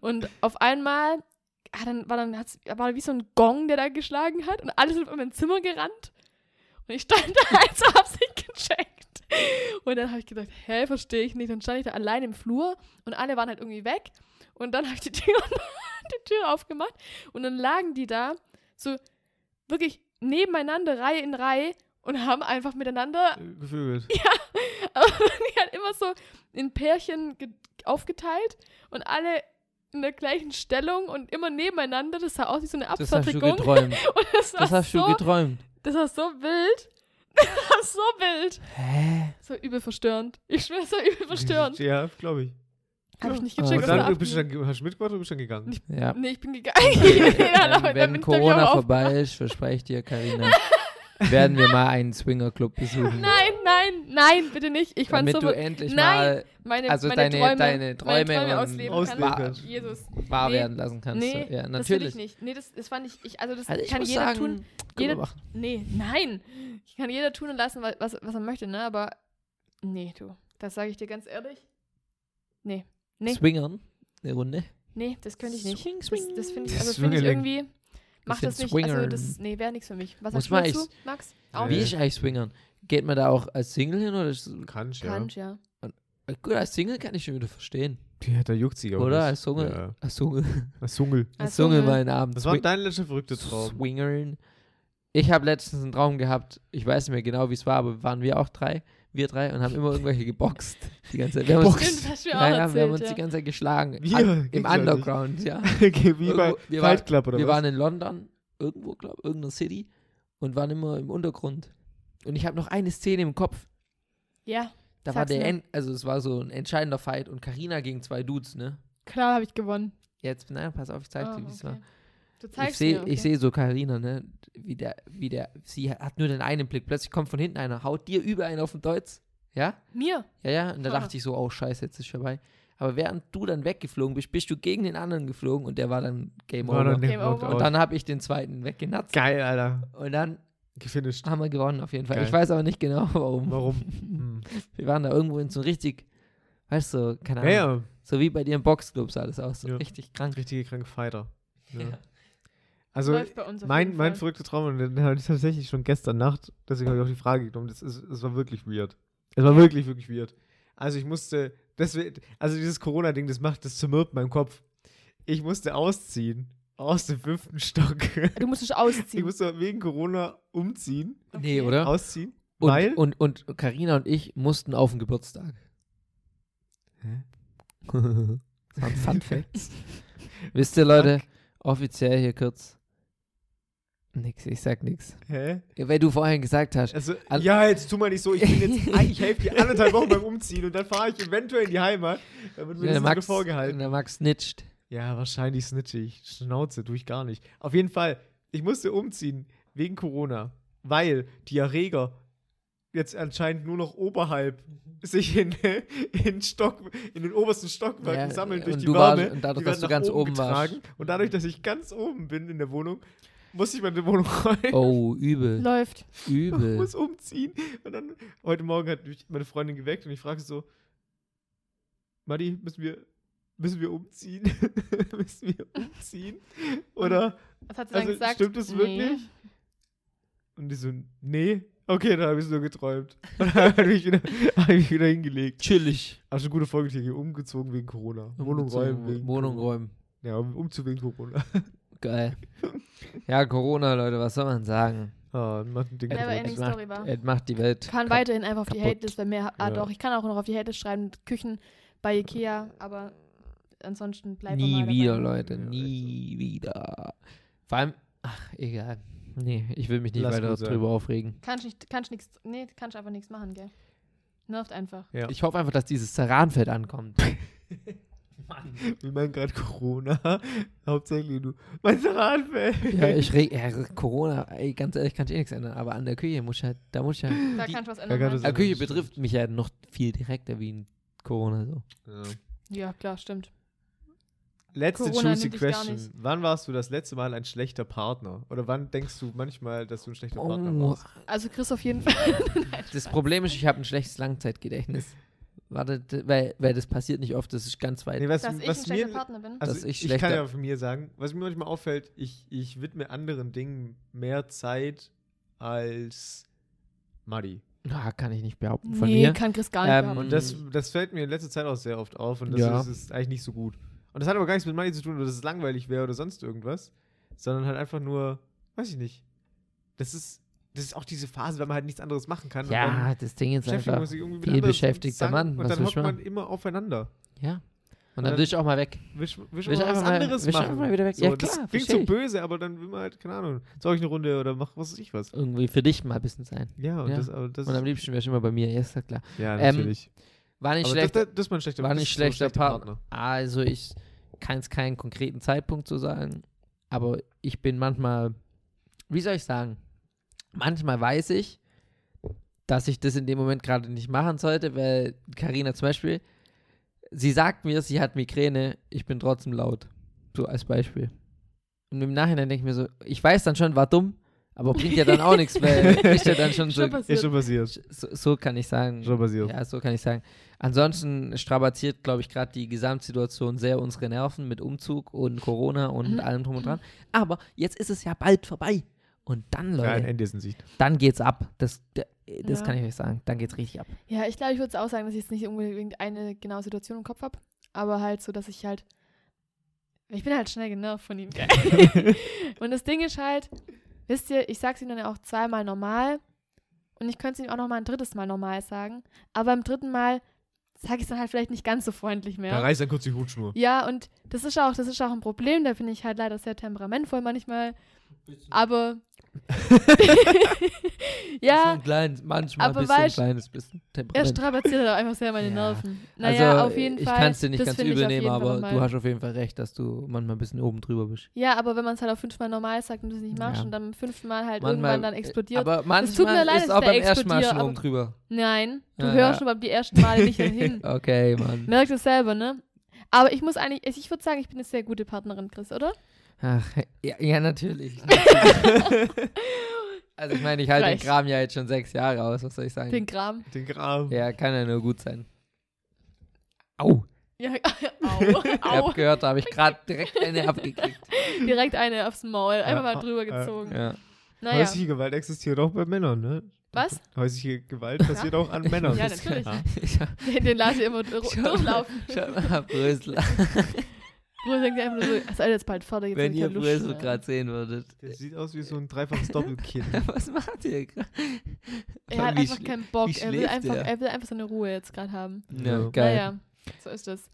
[SPEAKER 4] und auf einmal ah, dann, war dann hat's, war wie so ein Gong, der da geschlagen hat. Und alle sind in mein Zimmer gerannt. Und ich stand da, als hab's nicht gecheckt. Und dann habe ich gedacht, hä, verstehe ich nicht. Dann stand ich da allein im Flur und alle waren halt irgendwie weg. Und dann habe ich die Tür, die Tür aufgemacht und dann lagen die da so wirklich nebeneinander, Reihe in Reihe und haben einfach miteinander,
[SPEAKER 2] Äh, Geflügelt.
[SPEAKER 4] aber die halt immer so in Pärchen ge- aufgeteilt und alle in der gleichen Stellung und immer nebeneinander. Das sah aus wie so eine
[SPEAKER 1] Das hast du
[SPEAKER 4] Abfertigung.
[SPEAKER 1] geträumt.
[SPEAKER 4] Und das, war
[SPEAKER 1] Das hast du
[SPEAKER 4] so,
[SPEAKER 1] geträumt.
[SPEAKER 4] das war so wild. Das war so wild.
[SPEAKER 1] Hä?
[SPEAKER 4] So übel verstörend. Ich schwöre, so übel verstörend.
[SPEAKER 2] Ja, glaube ich.
[SPEAKER 4] Habe ich nicht
[SPEAKER 1] Ah,
[SPEAKER 4] gecheckt.
[SPEAKER 2] Und
[SPEAKER 4] was
[SPEAKER 1] Schicksal
[SPEAKER 4] da
[SPEAKER 2] dann äh, bist du
[SPEAKER 4] abging.
[SPEAKER 2] dann, ge- hast du mitgemacht oder bist du dann gegangen?
[SPEAKER 4] Nicht-
[SPEAKER 1] Ja.
[SPEAKER 4] Nee, ich bin gegangen. ja,
[SPEAKER 1] Ähm,
[SPEAKER 4] da- da bin
[SPEAKER 1] wenn
[SPEAKER 4] ich nämlich
[SPEAKER 1] Corona
[SPEAKER 4] auch auf-
[SPEAKER 1] vorbei ist, verspreche ich dir, Karina, werden wir mal einen Swingerclub besuchen.
[SPEAKER 4] Nein, nein, nein, bitte nicht. Ich fand
[SPEAKER 1] damit du
[SPEAKER 4] so
[SPEAKER 1] endlich
[SPEAKER 4] Nein, meine,
[SPEAKER 1] also
[SPEAKER 4] meine
[SPEAKER 1] deine-
[SPEAKER 4] Träume,
[SPEAKER 1] deine Träume
[SPEAKER 4] meine Träume
[SPEAKER 1] und-
[SPEAKER 4] ausleben,
[SPEAKER 2] Ausleben
[SPEAKER 4] kann.
[SPEAKER 2] kannst.
[SPEAKER 4] Jesus.
[SPEAKER 1] mal wahr
[SPEAKER 4] Nee.
[SPEAKER 1] werden lassen kannst.
[SPEAKER 4] Nee,
[SPEAKER 1] du. Ja,
[SPEAKER 4] das will ich
[SPEAKER 1] natürlich.
[SPEAKER 4] nicht. Nee, das, das fand ich, ich also das
[SPEAKER 1] Also ich
[SPEAKER 4] kann
[SPEAKER 1] muss
[SPEAKER 4] jeder
[SPEAKER 1] sagen,
[SPEAKER 4] tun.
[SPEAKER 1] können wir
[SPEAKER 4] jeder-
[SPEAKER 1] machen.
[SPEAKER 4] Nee, nein. Kann jeder tun und lassen, wa- was, was er möchte, ne? Aber nee, du. Das sage ich dir ganz ehrlich. Nee.
[SPEAKER 1] Swingern, eine Runde.
[SPEAKER 4] Nee, das könnte ich nicht.
[SPEAKER 1] Swing,
[SPEAKER 4] Das,
[SPEAKER 1] swing.
[SPEAKER 4] das finde ich,
[SPEAKER 2] Das
[SPEAKER 4] also finde ich
[SPEAKER 2] Swingerling.
[SPEAKER 4] irgendwie, macht
[SPEAKER 1] Bisschen
[SPEAKER 4] das nicht, also
[SPEAKER 1] Swingern.
[SPEAKER 4] das, nee, wäre nichts für mich. Was
[SPEAKER 1] Muss
[SPEAKER 4] sagst
[SPEAKER 1] man
[SPEAKER 4] du dazu,
[SPEAKER 1] echt-
[SPEAKER 4] Max?
[SPEAKER 2] Nee.
[SPEAKER 4] Auch
[SPEAKER 1] Wie
[SPEAKER 2] Äh.
[SPEAKER 1] ist eigentlich Swingern? Geht man da auch als Single hin oder ist,
[SPEAKER 2] Kannst, ja.
[SPEAKER 4] Punch, ja.
[SPEAKER 1] gut als Single kann ich schon wieder verstehen,
[SPEAKER 2] Ja, da juckt sie auch
[SPEAKER 1] oder
[SPEAKER 2] nicht.
[SPEAKER 1] als Single,
[SPEAKER 2] Ja.
[SPEAKER 1] als Single,
[SPEAKER 2] Als Sungel.
[SPEAKER 4] Als
[SPEAKER 1] als Single
[SPEAKER 4] Single.
[SPEAKER 1] mal einen Abend
[SPEAKER 2] Das war
[SPEAKER 1] swing-
[SPEAKER 2] dein letzter verrückter Traum.
[SPEAKER 1] swingern. Ich habe letztens einen Traum gehabt, ich weiß nicht mehr genau, wie es war, aber waren wir auch drei, wir drei und haben immer irgendwelche geboxt die ganze Zeit. Wir haben uns,
[SPEAKER 2] Geboxt?
[SPEAKER 4] Stimmt, hast du mir auch
[SPEAKER 1] ja, ja, wir haben uns die
[SPEAKER 4] erzählt,
[SPEAKER 1] ganze Zeit geschlagen
[SPEAKER 2] Wir
[SPEAKER 1] An, im
[SPEAKER 2] gegenseitig.
[SPEAKER 1] Underground, ja.
[SPEAKER 2] okay, wie bei
[SPEAKER 1] Irgendwo- wir waren-
[SPEAKER 2] Fight Club oder
[SPEAKER 1] wir
[SPEAKER 2] was?
[SPEAKER 1] waren in London, irgendwo, glaube irgendeiner City und waren immer im Untergrund. Und ich habe noch eine Szene im Kopf.
[SPEAKER 4] ja. ja,
[SPEAKER 1] Da
[SPEAKER 4] Sag's
[SPEAKER 1] war der,
[SPEAKER 4] mir.
[SPEAKER 1] en- also es war so ein entscheidender Fight und Karina gegen zwei Dudes, ne?
[SPEAKER 4] klar habe ich gewonnen. Ah,
[SPEAKER 1] Jetzt, nein, pass auf, ich zeig dir, wie es war.
[SPEAKER 4] Du
[SPEAKER 1] Ich
[SPEAKER 4] zeigst
[SPEAKER 1] sehe
[SPEAKER 4] Oh, mir, okay.
[SPEAKER 1] ich seh so Karina, ne? Wie der, wie der, sie hat nur den einen Blick. Plötzlich kommt von hinten einer, haut dir über einen auf den Deutz. Ja?
[SPEAKER 4] Mir?
[SPEAKER 1] Ja, ja. Und da
[SPEAKER 4] Aha.
[SPEAKER 1] dachte ich so, oh Scheiße, jetzt ist vorbei. Aber während du dann weggeflogen bist, bist du gegen den anderen geflogen und der war dann Game
[SPEAKER 2] War
[SPEAKER 1] Over.
[SPEAKER 2] dann der
[SPEAKER 4] Game
[SPEAKER 2] Knockout.
[SPEAKER 4] over.
[SPEAKER 1] Und dann habe ich den zweiten weggenatzt.
[SPEAKER 2] Geil, Alter.
[SPEAKER 1] Und dann
[SPEAKER 2] Gefinisht.
[SPEAKER 1] haben wir gewonnen auf jeden Fall.
[SPEAKER 2] Geil.
[SPEAKER 1] Ich weiß aber nicht genau, warum.
[SPEAKER 2] Warum? Hm.
[SPEAKER 1] Wir waren da irgendwo in so richtig, weißt du, keine
[SPEAKER 2] Ja,
[SPEAKER 1] Ahnung.
[SPEAKER 2] ja.
[SPEAKER 1] So wie bei dir im Boxclub sah das aus. So
[SPEAKER 2] Ja.
[SPEAKER 1] richtig krank.
[SPEAKER 2] Richtige kranke Fighter. Ja.
[SPEAKER 1] Ja.
[SPEAKER 2] Also,
[SPEAKER 4] Läuft bei uns auf
[SPEAKER 2] mein,
[SPEAKER 4] jeden
[SPEAKER 2] mein
[SPEAKER 4] Fall.
[SPEAKER 2] verrückter Traum, und den hatte ich tatsächlich schon gestern Nacht, deswegen habe ich auch die Frage genommen, das, ist, das war wirklich weird. Es war wirklich, wirklich weird. Also ich musste, deswegen, also dieses Corona-Ding, das macht, das zermürbt meinem Kopf. Ich musste ausziehen aus dem fünften Stock.
[SPEAKER 4] Ah, Du musst dich
[SPEAKER 2] Ich
[SPEAKER 4] ausziehen.
[SPEAKER 2] musste wegen Corona umziehen,
[SPEAKER 1] Nee, oder?
[SPEAKER 2] ausziehen, weil...
[SPEAKER 1] Und, und, und Carina und ich mussten auf den Geburtstag.
[SPEAKER 2] Hä?
[SPEAKER 1] das waren Fun Facts. Wisst ihr, Leute, offiziell hier kurz. Nix, ich sag nix.
[SPEAKER 2] Hä?
[SPEAKER 1] Ja, weil du vorhin gesagt hast,
[SPEAKER 2] Also,
[SPEAKER 1] Al-
[SPEAKER 2] ja, jetzt tu mal nicht so, ich bin jetzt, ich helfe dir anderthalb Wochen beim Umziehen und dann fahre ich eventuell in die Heimat, damit mir
[SPEAKER 1] der
[SPEAKER 2] das nicht mehr
[SPEAKER 1] Max,
[SPEAKER 2] vorgehalten
[SPEAKER 1] der Max snitcht.
[SPEAKER 2] Ja, wahrscheinlich snitchig. Schnauze, tue ich gar nicht. Auf jeden Fall, ich musste umziehen wegen Corona, weil die Erreger jetzt anscheinend nur noch oberhalb
[SPEAKER 1] Mhm.
[SPEAKER 2] sich in, in, Stock, in den obersten Stockwerken
[SPEAKER 1] Ja,
[SPEAKER 2] sammeln durch
[SPEAKER 1] und
[SPEAKER 2] die
[SPEAKER 1] du
[SPEAKER 2] Wärme.
[SPEAKER 1] warst- und dadurch,
[SPEAKER 2] die
[SPEAKER 1] dass
[SPEAKER 2] werden
[SPEAKER 1] du
[SPEAKER 2] nach
[SPEAKER 1] ganz oben warst.
[SPEAKER 2] getragen. Und dadurch, dass ich ganz oben bin in der Wohnung, muss ich meine Wohnung rein.
[SPEAKER 1] Oh, übel.
[SPEAKER 4] Läuft.
[SPEAKER 1] Übel.
[SPEAKER 2] muss umziehen. Und dann, heute Morgen hat mich meine Freundin geweckt und ich frage so, Madi, müssen wir, müssen wir umziehen? müssen wir umziehen? Oder,
[SPEAKER 4] Was hat sie dann
[SPEAKER 2] also
[SPEAKER 4] gesagt?
[SPEAKER 2] stimmt es
[SPEAKER 4] Nee.
[SPEAKER 2] wirklich? Und die so, nee. Okay, da habe ich nur geträumt. Und dann habe ich, wieder- hab ich mich wieder hingelegt.
[SPEAKER 1] Chillig.
[SPEAKER 2] Hast schon gute Folge, Tiki. Umgezogen wegen Corona. Wohnung räumen wegen
[SPEAKER 1] Wohnung
[SPEAKER 2] Corona.
[SPEAKER 1] räumen.
[SPEAKER 2] Ja, um- Umzug wegen Corona.
[SPEAKER 1] Geil. Ja, Corona, Leute, was soll man sagen?
[SPEAKER 2] Ah, macht ein Ding
[SPEAKER 4] Never
[SPEAKER 2] kaputt.
[SPEAKER 4] ending
[SPEAKER 1] macht-
[SPEAKER 4] story war.
[SPEAKER 1] Es macht die Welt.
[SPEAKER 4] Kann
[SPEAKER 1] kaputt.
[SPEAKER 4] weiterhin einfach auf die
[SPEAKER 1] kaputt.
[SPEAKER 4] Hatelist, wenn mehr. Ah,
[SPEAKER 2] Ja.
[SPEAKER 4] doch, ich kann auch noch auf die Hatelist schreiben. Küchen bei Ikea, aber ansonsten bleiben wir
[SPEAKER 1] Nie
[SPEAKER 4] mal
[SPEAKER 1] wieder,
[SPEAKER 4] dabei.
[SPEAKER 1] Leute.
[SPEAKER 2] Ja, also. echt
[SPEAKER 1] Nie wieder. Vor allem, ach, egal. Nee, ich will mich nicht
[SPEAKER 2] Lass
[SPEAKER 1] weiter
[SPEAKER 2] gut sein.
[SPEAKER 1] drüber aufregen.
[SPEAKER 4] Kannst nicht, kannst nichts, nee, kannst einfach nichts machen, gell? Nervt einfach.
[SPEAKER 2] Ja.
[SPEAKER 1] Ich hoffe einfach, dass dieses Terranfeld ankommt.
[SPEAKER 2] Wir meinen gerade Corona. Hauptsächlich du. Mein Salatfeld.
[SPEAKER 1] ja, ich reg, ja, Corona, ey, ganz ehrlich, kann ich eh nichts ändern. Aber an der Küche muss ich halt, da muss ich ja.
[SPEAKER 4] Da
[SPEAKER 1] Die-
[SPEAKER 4] kannst du was
[SPEAKER 2] Da kann
[SPEAKER 4] ändern.
[SPEAKER 2] das-
[SPEAKER 4] ne?
[SPEAKER 1] Äh, Küche
[SPEAKER 2] stimmt.
[SPEAKER 1] betrifft mich ja noch viel direkter wie in Corona so.
[SPEAKER 2] Ja.
[SPEAKER 4] Ja, klar, stimmt.
[SPEAKER 2] Letzte
[SPEAKER 4] Corona
[SPEAKER 2] juicy
[SPEAKER 4] nimmt dich gar
[SPEAKER 2] Question.
[SPEAKER 4] nicht.
[SPEAKER 2] Wann warst du das letzte Mal ein schlechter Partner? Oder wann denkst du manchmal, dass du ein schlechter Partner
[SPEAKER 1] Oh.
[SPEAKER 2] warst?
[SPEAKER 4] Also Chris auf jeden Fall.
[SPEAKER 1] Das Problem ist, ich habe ein schlechtes Langzeitgedächtnis. Warte, d- weil, weil das passiert nicht oft, das ist ganz weit.
[SPEAKER 2] Nee, was,
[SPEAKER 4] Dass ich ein
[SPEAKER 2] was
[SPEAKER 4] schlechter
[SPEAKER 2] mir,
[SPEAKER 4] Partner bin.
[SPEAKER 2] also
[SPEAKER 1] äh, Dass ich
[SPEAKER 2] ich, kann
[SPEAKER 1] schlechter-
[SPEAKER 2] ja von mir sagen, was mir manchmal auffällt, ich, ich widme anderen Dingen mehr Zeit als Muddy.
[SPEAKER 1] Ah, kann ich nicht behaupten von
[SPEAKER 4] Nee,
[SPEAKER 1] mir.
[SPEAKER 4] kann Chris gar nicht.
[SPEAKER 1] Ähm,
[SPEAKER 4] behaupten.
[SPEAKER 2] Und das, das fällt mir in letzter Zeit auch sehr oft auf und das
[SPEAKER 1] Ja.
[SPEAKER 2] ist, ist eigentlich nicht so gut. Und das hat aber gar nichts mit Money zu tun, oder dass es langweilig wäre oder sonst irgendwas, sondern halt einfach nur, weiß ich nicht. Das ist, das ist auch diese Phase, weil man halt nichts anderes machen kann. und dann
[SPEAKER 1] Ja, das Ding ist
[SPEAKER 2] beschäftigt
[SPEAKER 1] einfach.
[SPEAKER 2] man sich irgendwie mit
[SPEAKER 1] viel
[SPEAKER 2] anderen
[SPEAKER 1] beschäftigter
[SPEAKER 2] Sachen
[SPEAKER 1] Mann,
[SPEAKER 2] Und
[SPEAKER 1] was
[SPEAKER 2] dann
[SPEAKER 1] will
[SPEAKER 2] hockt
[SPEAKER 1] ich
[SPEAKER 2] man
[SPEAKER 1] machen?
[SPEAKER 2] immer aufeinander.
[SPEAKER 1] Ja. Und
[SPEAKER 2] dann-
[SPEAKER 1] dann will ich auch mal weg.
[SPEAKER 2] Wisch, wisch,
[SPEAKER 1] Wisch
[SPEAKER 2] mal was
[SPEAKER 1] einfach mal-
[SPEAKER 2] anderes
[SPEAKER 1] wisch
[SPEAKER 2] machen.
[SPEAKER 1] einfach mal wieder weg.
[SPEAKER 2] So,
[SPEAKER 1] Ja,
[SPEAKER 2] das
[SPEAKER 1] klar,
[SPEAKER 2] klingt
[SPEAKER 1] versteh
[SPEAKER 2] so
[SPEAKER 1] ich.
[SPEAKER 2] böse, aber dann will man halt, keine Ahnung, zeug ich eine Runde oder mach was weiß ich was.
[SPEAKER 1] Irgendwie für dich mal ein bisschen sein.
[SPEAKER 2] Ja, und
[SPEAKER 1] Ja.
[SPEAKER 2] das, aber das
[SPEAKER 1] Und am liebsten wärst du immer bei mir, ja, ist ja klar.
[SPEAKER 2] ja,
[SPEAKER 1] ähm,
[SPEAKER 2] natürlich.
[SPEAKER 1] War nicht
[SPEAKER 2] Aber
[SPEAKER 1] schlecht.
[SPEAKER 2] das, das, das ist mein schlechter,
[SPEAKER 1] War
[SPEAKER 2] das
[SPEAKER 1] nicht
[SPEAKER 2] ist so ein
[SPEAKER 1] schlechter Partner. Also ich kann es keinen konkreten Zeitpunkt zu sagen, aber ich bin manchmal, wie soll ich sagen, manchmal weiß ich, dass ich das in dem Moment gerade nicht machen sollte, weil Karina zum Beispiel, sie sagt mir, sie hat Migräne, ich bin trotzdem laut. So als Beispiel. Und im Nachhinein denke ich mir so, ich weiß dann schon, war dumm, aber bringt ja dann auch nichts, weil ist ja dann schon so,
[SPEAKER 4] Schon passiert.
[SPEAKER 2] Ist schon passiert.
[SPEAKER 1] so, so kann ich sagen.
[SPEAKER 2] Schon passiert.
[SPEAKER 1] Ja, so kann ich sagen. Ansonsten strapaziert, glaube ich, gerade die Gesamtsituation sehr unsere Nerven mit Umzug und Corona und
[SPEAKER 4] Mhm.
[SPEAKER 1] allem drum und dran. Aber jetzt ist es ja bald vorbei. Und dann,
[SPEAKER 2] Ja, ein
[SPEAKER 1] Leute,
[SPEAKER 2] Ende ist in Sicht.
[SPEAKER 1] dann geht's ab. Das, das
[SPEAKER 4] Ja.
[SPEAKER 1] kann ich euch sagen. Dann geht's richtig ab.
[SPEAKER 4] Ja, ich glaube, ich würde es auch sagen, dass ich jetzt nicht unbedingt eine genaue Situation im Kopf habe, aber halt so, dass ich halt. Ich bin halt schnell genervt von ihm. gell? und das Ding ist halt, wisst ihr, ich sag's ihm dann ja auch zweimal normal und ich könnte es ihm auch noch mal ein drittes Mal normal sagen, aber beim dritten Mal sage ich es dann halt vielleicht nicht ganz so freundlich mehr.
[SPEAKER 2] Da reißt dann kurz die Hutschnur.
[SPEAKER 4] Ja, und das ist auch, das ist auch ein Problem. Da bin ich halt leider sehr temperamentvoll manchmal. Aber.
[SPEAKER 1] So
[SPEAKER 4] ja,
[SPEAKER 1] ein kleines, manchmal
[SPEAKER 4] aber
[SPEAKER 1] ein bisschen, ein
[SPEAKER 4] weißt-
[SPEAKER 1] kleines bisschen
[SPEAKER 4] er
[SPEAKER 1] Temperament.
[SPEAKER 4] strapaziert halt auch einfach sehr meine
[SPEAKER 1] Ja.
[SPEAKER 4] Nerven.
[SPEAKER 1] also,
[SPEAKER 4] Naja, auf jeden
[SPEAKER 1] ich
[SPEAKER 4] Fall.
[SPEAKER 1] kann es dir nicht
[SPEAKER 4] das
[SPEAKER 1] ganz
[SPEAKER 4] finde ich
[SPEAKER 1] übel
[SPEAKER 4] auf jeden
[SPEAKER 1] nehmen,
[SPEAKER 4] Fall
[SPEAKER 1] aber
[SPEAKER 4] normal.
[SPEAKER 1] du hast auf jeden Fall recht, dass du manchmal ein bisschen oben drüber bist.
[SPEAKER 4] Ja, aber wenn man es halt auch fünfmal normal sagt und du es nicht machst
[SPEAKER 1] Ja.
[SPEAKER 4] und dann beim fünften Mal halt
[SPEAKER 1] manchmal, äh,
[SPEAKER 4] irgendwann dann explodiert.
[SPEAKER 1] Aber
[SPEAKER 4] Es tut mir
[SPEAKER 1] manchmal
[SPEAKER 4] leid,
[SPEAKER 1] ist
[SPEAKER 4] dass
[SPEAKER 1] auch
[SPEAKER 4] ich da
[SPEAKER 1] beim ersten Mal
[SPEAKER 4] explodiere,
[SPEAKER 1] schon
[SPEAKER 4] aber-
[SPEAKER 1] oben drüber.
[SPEAKER 4] Nein, du
[SPEAKER 1] Ja,
[SPEAKER 4] hörst
[SPEAKER 1] ja.
[SPEAKER 4] schon beim die ersten Mal nicht hin.
[SPEAKER 1] Okay, Mann.
[SPEAKER 4] Merkst du selber, ne? Aber ich muss eigentlich, ich würde sagen, ich bin eine sehr gute Partnerin, Chris, oder?
[SPEAKER 1] Ach, ja, ja natürlich. also ich meine, ich halte den
[SPEAKER 4] Vielleicht.
[SPEAKER 1] Kram ja jetzt schon sechs Jahre aus, was soll ich sagen?
[SPEAKER 4] Den Kram.
[SPEAKER 2] Den Graben.
[SPEAKER 1] Ja, kann ja nur gut sein. Au,
[SPEAKER 4] Ja, au,
[SPEAKER 1] ich
[SPEAKER 4] au.
[SPEAKER 1] hab gehört, da habe ich gerade direkt eine abgekriegt.
[SPEAKER 4] Direkt eine aufs Maul, einfach
[SPEAKER 2] Ja,
[SPEAKER 4] mal
[SPEAKER 2] äh,
[SPEAKER 4] drüber gezogen.
[SPEAKER 1] Ja.
[SPEAKER 4] naja,
[SPEAKER 2] Häusliche Gewalt existiert auch bei Männern, ne?
[SPEAKER 4] was?
[SPEAKER 2] Häusliche Gewalt passiert auch an Männern.
[SPEAKER 4] Ja, natürlich.
[SPEAKER 2] Ja.
[SPEAKER 1] Ich hab-
[SPEAKER 4] Den, den lasse ich immer dur
[SPEAKER 1] Schau-
[SPEAKER 4] durchlaufen.
[SPEAKER 1] Schau mal, Brösel.
[SPEAKER 4] Bruder denkt einfach nur so, das ist alles jetzt bald fertig. Jetzt
[SPEAKER 1] Wenn
[SPEAKER 4] hab ich
[SPEAKER 1] ihr
[SPEAKER 4] keine Lust
[SPEAKER 1] Brösel
[SPEAKER 4] mehr. ne?
[SPEAKER 1] gerade sehen würdet.
[SPEAKER 2] Der sieht aus wie so ein dreifaches Doppelkinn.
[SPEAKER 1] Was macht ihr gerade?
[SPEAKER 4] Er hat
[SPEAKER 1] Wie
[SPEAKER 4] einfach
[SPEAKER 1] schlä-
[SPEAKER 4] keinen Bock.
[SPEAKER 1] wie
[SPEAKER 4] Er will
[SPEAKER 1] schläft
[SPEAKER 4] einfach,
[SPEAKER 1] der?
[SPEAKER 4] er will einfach seine Ruhe jetzt gerade haben.
[SPEAKER 1] Ja,
[SPEAKER 2] Ja.
[SPEAKER 1] geil.
[SPEAKER 4] Naja, so ist es.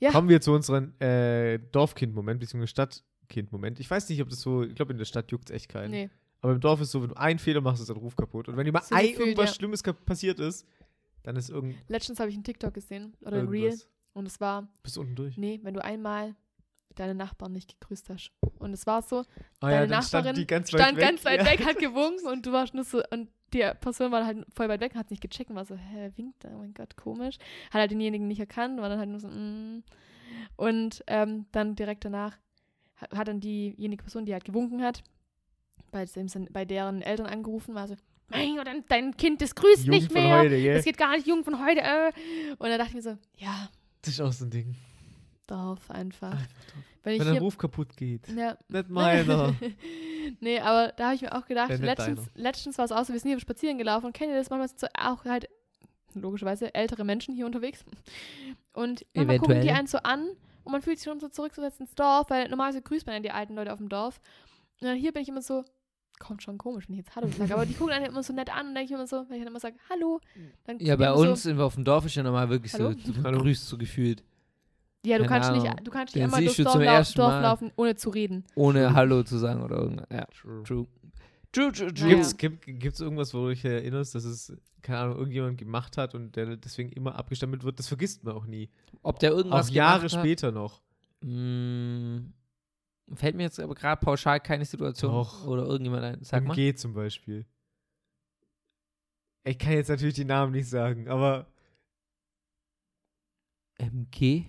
[SPEAKER 4] Ja.
[SPEAKER 2] Kommen wir zu unserem äh, Dorfkind-Moment, beziehungsweise Stadtkind-Moment. Ich weiß nicht, ob das so, ich glaube, in der Stadt juckt es echt keinen.
[SPEAKER 4] Nee.
[SPEAKER 2] Aber im Dorf ist so, wenn du einen Fehler machst, ist dein Ruf kaputt. Und wenn dir mal
[SPEAKER 4] So
[SPEAKER 2] ein
[SPEAKER 4] gefühlt,
[SPEAKER 2] irgendwas
[SPEAKER 4] ja.
[SPEAKER 2] Schlimmes ka- passiert ist, dann ist irgend
[SPEAKER 4] Letztens habe ich einen TikTok gesehen oder ein Reel
[SPEAKER 2] irgendwas.
[SPEAKER 4] und es war,
[SPEAKER 2] Bis unten durch.
[SPEAKER 4] nee, wenn du einmal deine Nachbarn nicht gegrüßt hast. Und es war so,
[SPEAKER 2] Ah
[SPEAKER 4] Deine
[SPEAKER 2] dann stand
[SPEAKER 4] Nachbarin
[SPEAKER 2] die ganz weit
[SPEAKER 4] stand
[SPEAKER 2] weg.
[SPEAKER 4] ganz weit
[SPEAKER 2] ja.
[SPEAKER 4] weg, hat gewunken und du warst nur so, und die Person war halt voll weit weg und hat nicht gecheckt und war so, hä, wer winkt da, oh mein Gott, komisch. Hat halt denjenigen nicht erkannt, war dann halt nur so, mm. Und ähm, dann direkt danach ha- hat dann diejenige Person, die halt gewunken hat, bei, dem, bei deren Eltern angerufen, war so, mein Gott, dein- dein Kind, das grüßt
[SPEAKER 2] Jugend
[SPEAKER 4] nicht
[SPEAKER 2] von
[SPEAKER 4] mehr.
[SPEAKER 2] heute, gell?
[SPEAKER 4] Das geht gar nicht, Jugend von heute. Äh. Und da dachte ich mir so, ja,
[SPEAKER 2] Das ist auch so ein Ding.
[SPEAKER 4] Dorf einfach.
[SPEAKER 2] Einfach
[SPEAKER 4] Wenn ich
[SPEAKER 2] Wenn dein
[SPEAKER 4] hier,
[SPEAKER 2] Ruf kaputt geht.
[SPEAKER 4] ja.
[SPEAKER 2] Nicht meiner.
[SPEAKER 4] nee, aber da habe ich mir auch gedacht,
[SPEAKER 2] Ja, nicht
[SPEAKER 4] letztens, letztens war es auch so, wir sind hier spazieren gelaufen und kennt ihr das? Manchmal sind so auch halt, logischerweise, ältere Menschen hier unterwegs. Und manchmal gucken die
[SPEAKER 1] Eventuell.
[SPEAKER 4] einen so an und man fühlt sich schon so zurückgesetzt ins Dorf, weil normalerweise grüßt man ja die alten Leute auf dem Dorf. Und dann hier bin ich immer so, kommt schon komisch, wenn ich jetzt Hallo sage. Aber die gucken einen immer so nett an und denke ich immer so, wenn ich dann immer sage, Hallo. Dann
[SPEAKER 1] Ja, bei
[SPEAKER 4] immer so,
[SPEAKER 1] uns im- auf dem Dorf ist ja normal wirklich
[SPEAKER 4] Also- Hallo?
[SPEAKER 1] so, du
[SPEAKER 2] Hallo.
[SPEAKER 1] grüßt so gefühlt.
[SPEAKER 4] Ja, du
[SPEAKER 1] Keine
[SPEAKER 4] kannst,
[SPEAKER 1] Ahnung.
[SPEAKER 4] nicht, du kannst nicht
[SPEAKER 1] Den
[SPEAKER 4] einmal
[SPEAKER 1] siehst
[SPEAKER 4] durchs
[SPEAKER 1] du
[SPEAKER 4] Dorf,
[SPEAKER 1] zum
[SPEAKER 4] lau
[SPEAKER 1] ersten
[SPEAKER 4] Dorf
[SPEAKER 1] Mal.
[SPEAKER 4] laufen, ohne zu reden.
[SPEAKER 1] Ohne Hallo zu sagen oder irgendwas. Ja,
[SPEAKER 2] True.
[SPEAKER 1] true. True, true, true.
[SPEAKER 4] Naja.
[SPEAKER 2] Gibt's, gibt, gibt's irgendwas, wo du dich erinnerst, dass es, keine Ahnung, irgendjemand gemacht hat und der deswegen immer abgestempelt wird? Das vergisst man auch nie.
[SPEAKER 1] Ob der irgendwas
[SPEAKER 2] auch Jahre
[SPEAKER 1] gemacht hat?
[SPEAKER 2] später noch.
[SPEAKER 1] Mm, fällt mir jetzt aber gerade pauschal keine Situation
[SPEAKER 2] Doch.
[SPEAKER 1] oder irgendjemand ein. Sag mal.
[SPEAKER 2] MG zum Beispiel. Ich kann jetzt natürlich die Namen nicht sagen, aber
[SPEAKER 1] MG?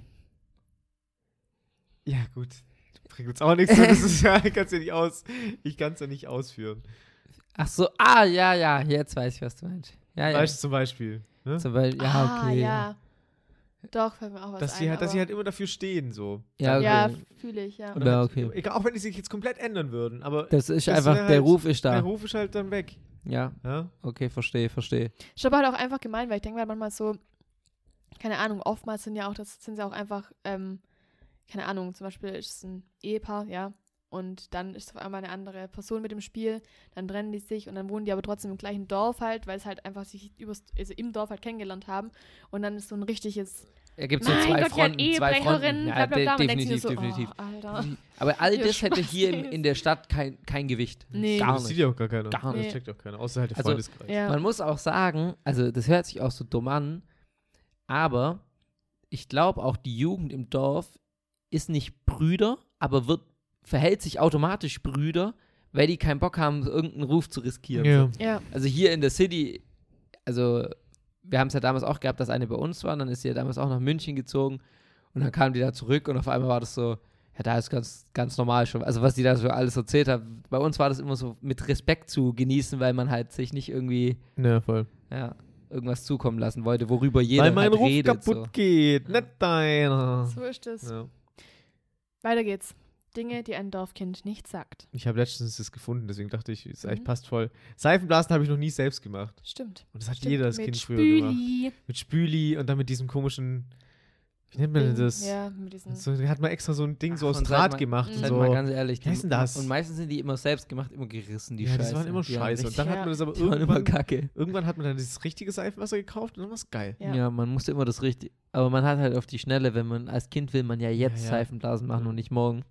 [SPEAKER 2] ja gut. Bringt uns auch nichts. Das ist, ja, ich kann es ja nicht aus. Ich kann es ja nicht ausführen.
[SPEAKER 1] Ach so, ah, ja, ja, jetzt weiß ich, was du meinst. Ja, ja.
[SPEAKER 2] Weißt du zum Beispiel, ne?
[SPEAKER 1] Zum Beispiel, ja,
[SPEAKER 4] ah,
[SPEAKER 1] okay.
[SPEAKER 4] ja. Doch, fällt mir auch was
[SPEAKER 2] dass,
[SPEAKER 4] ein.
[SPEAKER 2] die halt, dass die
[SPEAKER 4] aber-
[SPEAKER 2] halt immer dafür stehen, so. halt
[SPEAKER 1] Ja,
[SPEAKER 4] ja,
[SPEAKER 1] okay.
[SPEAKER 4] fühle ich, ja.
[SPEAKER 1] Und Ja, okay.
[SPEAKER 2] Egal, auch wenn die sich jetzt komplett ändern würden, aber
[SPEAKER 1] Das ist
[SPEAKER 2] Das
[SPEAKER 1] einfach,
[SPEAKER 2] wär
[SPEAKER 1] der
[SPEAKER 2] halt-
[SPEAKER 1] Ruf ist
[SPEAKER 2] der
[SPEAKER 1] da.
[SPEAKER 2] Ruf ist halt dann weg.
[SPEAKER 1] Ja,
[SPEAKER 2] Ja?
[SPEAKER 1] okay, verstehe, verstehe.
[SPEAKER 4] Ist aber halt auch einfach gemein, weil ich denke mal manchmal so, keine Ahnung, oftmals sind ja auch, das sind ja auch einfach, ähm, keine Ahnung, zum Beispiel ist es ein Ehepaar, ja, und dann ist auf einmal eine andere Person mit im Spiel, dann trennen die sich und dann wohnen die aber trotzdem im gleichen Dorf halt, weil es halt einfach sich übers, also im Dorf halt kennengelernt haben und dann ist so ein richtiges,
[SPEAKER 1] Er gibt so
[SPEAKER 4] mein
[SPEAKER 1] zwei
[SPEAKER 4] Gott,
[SPEAKER 1] Fronten,
[SPEAKER 4] die hat
[SPEAKER 1] zwei Fronten.
[SPEAKER 4] Ehebrecherin, bla bla
[SPEAKER 1] de-
[SPEAKER 4] bla, und dann denkt sie
[SPEAKER 1] definitiv,
[SPEAKER 4] so,
[SPEAKER 1] definitiv.
[SPEAKER 4] oh, Alter.
[SPEAKER 1] Aber all
[SPEAKER 4] Ihr
[SPEAKER 1] das hätte hier in,
[SPEAKER 4] Spaß.
[SPEAKER 1] in der Stadt kein, kein Gewicht.
[SPEAKER 4] Nee.
[SPEAKER 1] Gar
[SPEAKER 2] das sieht
[SPEAKER 1] nicht.
[SPEAKER 2] ja auch gar keiner.
[SPEAKER 1] Gar
[SPEAKER 4] nicht.
[SPEAKER 2] Das checkt auch keiner, außer halt der
[SPEAKER 1] Also-
[SPEAKER 2] Freundeskreis.
[SPEAKER 4] Ja.
[SPEAKER 1] Man muss auch sagen, also das hört sich auch so dumm an, Aber ich glaube auch, die Jugend im Dorf ist nicht Brüder, aber wird, verhält sich automatisch Brüder, weil die keinen Bock haben, irgendeinen Ruf zu riskieren.
[SPEAKER 2] Ja.
[SPEAKER 4] Ja,
[SPEAKER 1] Also hier in der City, also wir haben es ja damals auch gehabt, dass eine bei uns war, und dann ist sie ja damals auch nach München gezogen und dann kam die da zurück und auf einmal war das so, ja, da ist ganz, ganz normal schon. Also was die da so alles erzählt hat, bei uns war das immer so mit Respekt zu genießen, weil man halt sich nicht irgendwie,
[SPEAKER 2] Ne, voll.
[SPEAKER 1] ja, irgendwas zukommen lassen wollte, worüber jeder
[SPEAKER 2] Weil mein
[SPEAKER 1] halt
[SPEAKER 2] Ruf
[SPEAKER 1] redet.
[SPEAKER 2] kaputt
[SPEAKER 4] Mhm.
[SPEAKER 1] So.
[SPEAKER 2] geht, nicht deiner.
[SPEAKER 4] so ist es.
[SPEAKER 2] Ja.
[SPEAKER 4] Weiter geht's. Dinge, die ein Dorfkind nicht sagt.
[SPEAKER 2] Ich habe letztens das gefunden, deswegen dachte ich, es eigentlich
[SPEAKER 4] Mhm.
[SPEAKER 2] passt voll. Seifenblasen habe ich noch nie selbst gemacht.
[SPEAKER 4] Stimmt.
[SPEAKER 2] Und das hat
[SPEAKER 4] Stimmt,
[SPEAKER 2] jeder als
[SPEAKER 4] mit
[SPEAKER 2] Kind früher gemacht.
[SPEAKER 4] Spüli.
[SPEAKER 2] Mit Spüli und dann mit diesem komischen, wie nennt man denn das?
[SPEAKER 4] Ja, mit diesen.
[SPEAKER 2] So, da hat man extra so ein Ding so
[SPEAKER 1] Ach,
[SPEAKER 2] aus
[SPEAKER 1] und seid
[SPEAKER 2] Draht
[SPEAKER 1] mal-
[SPEAKER 2] gemacht.
[SPEAKER 4] Mhm.
[SPEAKER 2] Und
[SPEAKER 1] Seid
[SPEAKER 2] so.
[SPEAKER 1] mal ganz ehrlich. die-
[SPEAKER 2] Wie heißt denn das?
[SPEAKER 1] Und meistens sind die immer selbst gemacht, immer gerissen, die
[SPEAKER 2] ja,
[SPEAKER 1] Scheiße.
[SPEAKER 2] das waren immer
[SPEAKER 1] Die waren
[SPEAKER 2] scheiße.
[SPEAKER 1] richtig-
[SPEAKER 2] Und dann hat
[SPEAKER 4] Ja.
[SPEAKER 2] man das aber
[SPEAKER 1] Die waren immer
[SPEAKER 2] irgendwann,
[SPEAKER 1] kacke.
[SPEAKER 2] irgendwann hat man dann dieses richtige Seifenwasser gekauft und dann war es geil.
[SPEAKER 1] Ja.
[SPEAKER 4] Ja.
[SPEAKER 1] man musste immer das richtig. Aber man hat halt auf die Schnelle, wenn man als Kind will, man ja jetzt
[SPEAKER 2] Ja, ja.
[SPEAKER 1] Seifenblasen machen
[SPEAKER 2] Ja.
[SPEAKER 1] und nicht morgen.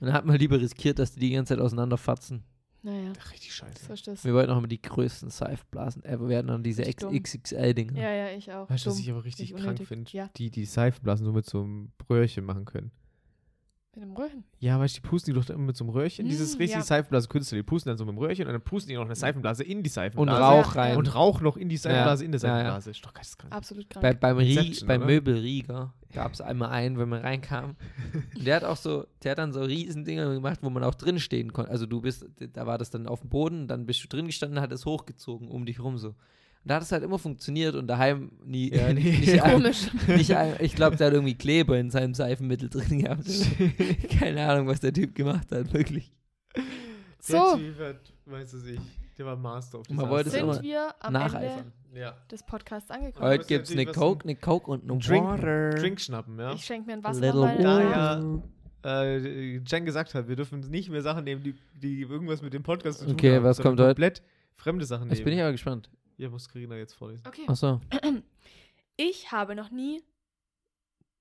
[SPEAKER 1] Und dann hat man lieber riskiert, dass die die ganze Zeit auseinanderfatzen.
[SPEAKER 4] Naja,
[SPEAKER 2] Ach, richtig
[SPEAKER 4] so
[SPEAKER 2] scheiße.
[SPEAKER 4] ist das.
[SPEAKER 1] Wir wollten auch immer die größten Seifenblasen ever. Wir hatten dann diese
[SPEAKER 4] Richtig dumm.
[SPEAKER 1] XXL-Dinger.
[SPEAKER 4] Ja, ja, ich auch.
[SPEAKER 2] Weißt du, was
[SPEAKER 4] Dumm.
[SPEAKER 2] ich aber richtig
[SPEAKER 4] Richtig
[SPEAKER 2] krank
[SPEAKER 4] unnötig.
[SPEAKER 2] finde?
[SPEAKER 4] Ja.
[SPEAKER 2] Die, die Seifenblasen so mit so einem Röhrchen machen können.
[SPEAKER 4] Mit dem Röhren.
[SPEAKER 2] Ja, weißt du, die pusten die doch immer mit so einem Röhrchen. Dieses
[SPEAKER 4] Mm,
[SPEAKER 2] richtig
[SPEAKER 4] ja.
[SPEAKER 2] Seifenblasenkünstler, die pusten dann so mit dem Röhrchen und dann pusten die noch eine Seifenblase in die
[SPEAKER 1] Und
[SPEAKER 2] Seifenblase.
[SPEAKER 1] Rauch
[SPEAKER 4] Ja,
[SPEAKER 1] rein.
[SPEAKER 2] Und Rauch noch in die Seifenblase, in der
[SPEAKER 1] Ja, ja.
[SPEAKER 2] Seifenblase. Ist doch geisteskrank.
[SPEAKER 4] Absolut krank.
[SPEAKER 1] Bei, beim Rie
[SPEAKER 2] Inception,
[SPEAKER 1] beim
[SPEAKER 2] oder?
[SPEAKER 1] Möbelrieger gab es einmal einen, wenn man reinkam. Und der hat auch so, der hat dann so Riesendinger gemacht, wo man auch drin stehen konnte. Also du bist, da war das dann auf dem Boden, dann bist du drin gestanden, hat es hochgezogen um dich rum so. Und da hat es halt immer funktioniert und daheim nie. äh,
[SPEAKER 2] Ja, nee.
[SPEAKER 1] nicht ein,
[SPEAKER 4] Komisch.
[SPEAKER 1] nicht ein, ich glaube, der hat irgendwie Kleber in seinem Seifenmittel drin gehabt. Keine Ahnung, was der Typ gemacht hat, wirklich.
[SPEAKER 4] So,
[SPEAKER 2] Typ hat, weißt du nicht, der war Master auf
[SPEAKER 1] Man Disaster. wollte es immer-
[SPEAKER 4] sind wir am
[SPEAKER 1] Nacheifern.
[SPEAKER 4] Ende
[SPEAKER 2] Ja.
[SPEAKER 4] des Podcasts angekommen.
[SPEAKER 1] Heute gibt's eine
[SPEAKER 2] was
[SPEAKER 1] Coke, eine Coke und einen
[SPEAKER 2] Drink,
[SPEAKER 1] Water.
[SPEAKER 2] Äh. Drink schnappen, ja.
[SPEAKER 4] Ich schenke mir ein Wasser.
[SPEAKER 1] Little
[SPEAKER 4] weil-
[SPEAKER 2] Da
[SPEAKER 1] Water.
[SPEAKER 2] ja- Äh, Jen gesagt hat, wir dürfen nicht mehr Sachen nehmen, die, die irgendwas mit dem Podcast zu tun
[SPEAKER 1] Okay,
[SPEAKER 2] haben.
[SPEAKER 1] was
[SPEAKER 2] sondern
[SPEAKER 1] kommt heute?
[SPEAKER 2] komplett fremde Sachen nehmen.
[SPEAKER 1] Jetzt bin ich aber gespannt.
[SPEAKER 2] Hier muss Carina jetzt vorlesen.
[SPEAKER 4] Okay.
[SPEAKER 1] Achso.
[SPEAKER 4] Ich habe noch nie,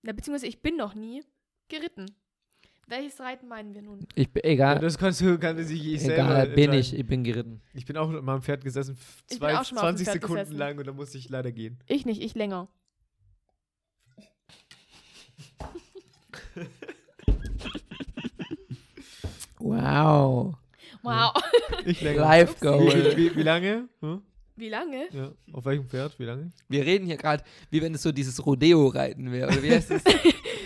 [SPEAKER 4] na, beziehungsweise ich bin noch nie geritten. Welches Reiten meinen wir nun?
[SPEAKER 1] Ich bin
[SPEAKER 2] Ja,
[SPEAKER 1] egal.
[SPEAKER 2] das kannst du, kann sich ich
[SPEAKER 1] Ah. egal,
[SPEAKER 2] selber
[SPEAKER 1] bin
[SPEAKER 2] entscheiden.
[SPEAKER 1] ich, ich bin geritten.
[SPEAKER 2] Ich bin auch mal am Pferd gesessen, f-
[SPEAKER 4] Ich bin
[SPEAKER 2] zwei,
[SPEAKER 4] auch schon mal auf dem
[SPEAKER 2] 20
[SPEAKER 4] Pferd
[SPEAKER 2] Sekunden
[SPEAKER 4] gesessen.
[SPEAKER 2] lang und dann musste ich leider gehen.
[SPEAKER 4] Ich nicht, ich länger.
[SPEAKER 1] Wow.
[SPEAKER 4] Wow.
[SPEAKER 2] Ich länger.
[SPEAKER 1] Live
[SPEAKER 2] Wie,
[SPEAKER 1] Goal.
[SPEAKER 2] wie, wie lange? Äh, Hm?
[SPEAKER 4] Wie lange?
[SPEAKER 2] Ja. Auf welchem Pferd? Wie lange?
[SPEAKER 1] Wir reden hier gerade, wie wenn es so dieses Rodeo-Reiten wäre. Oder wie heißt das?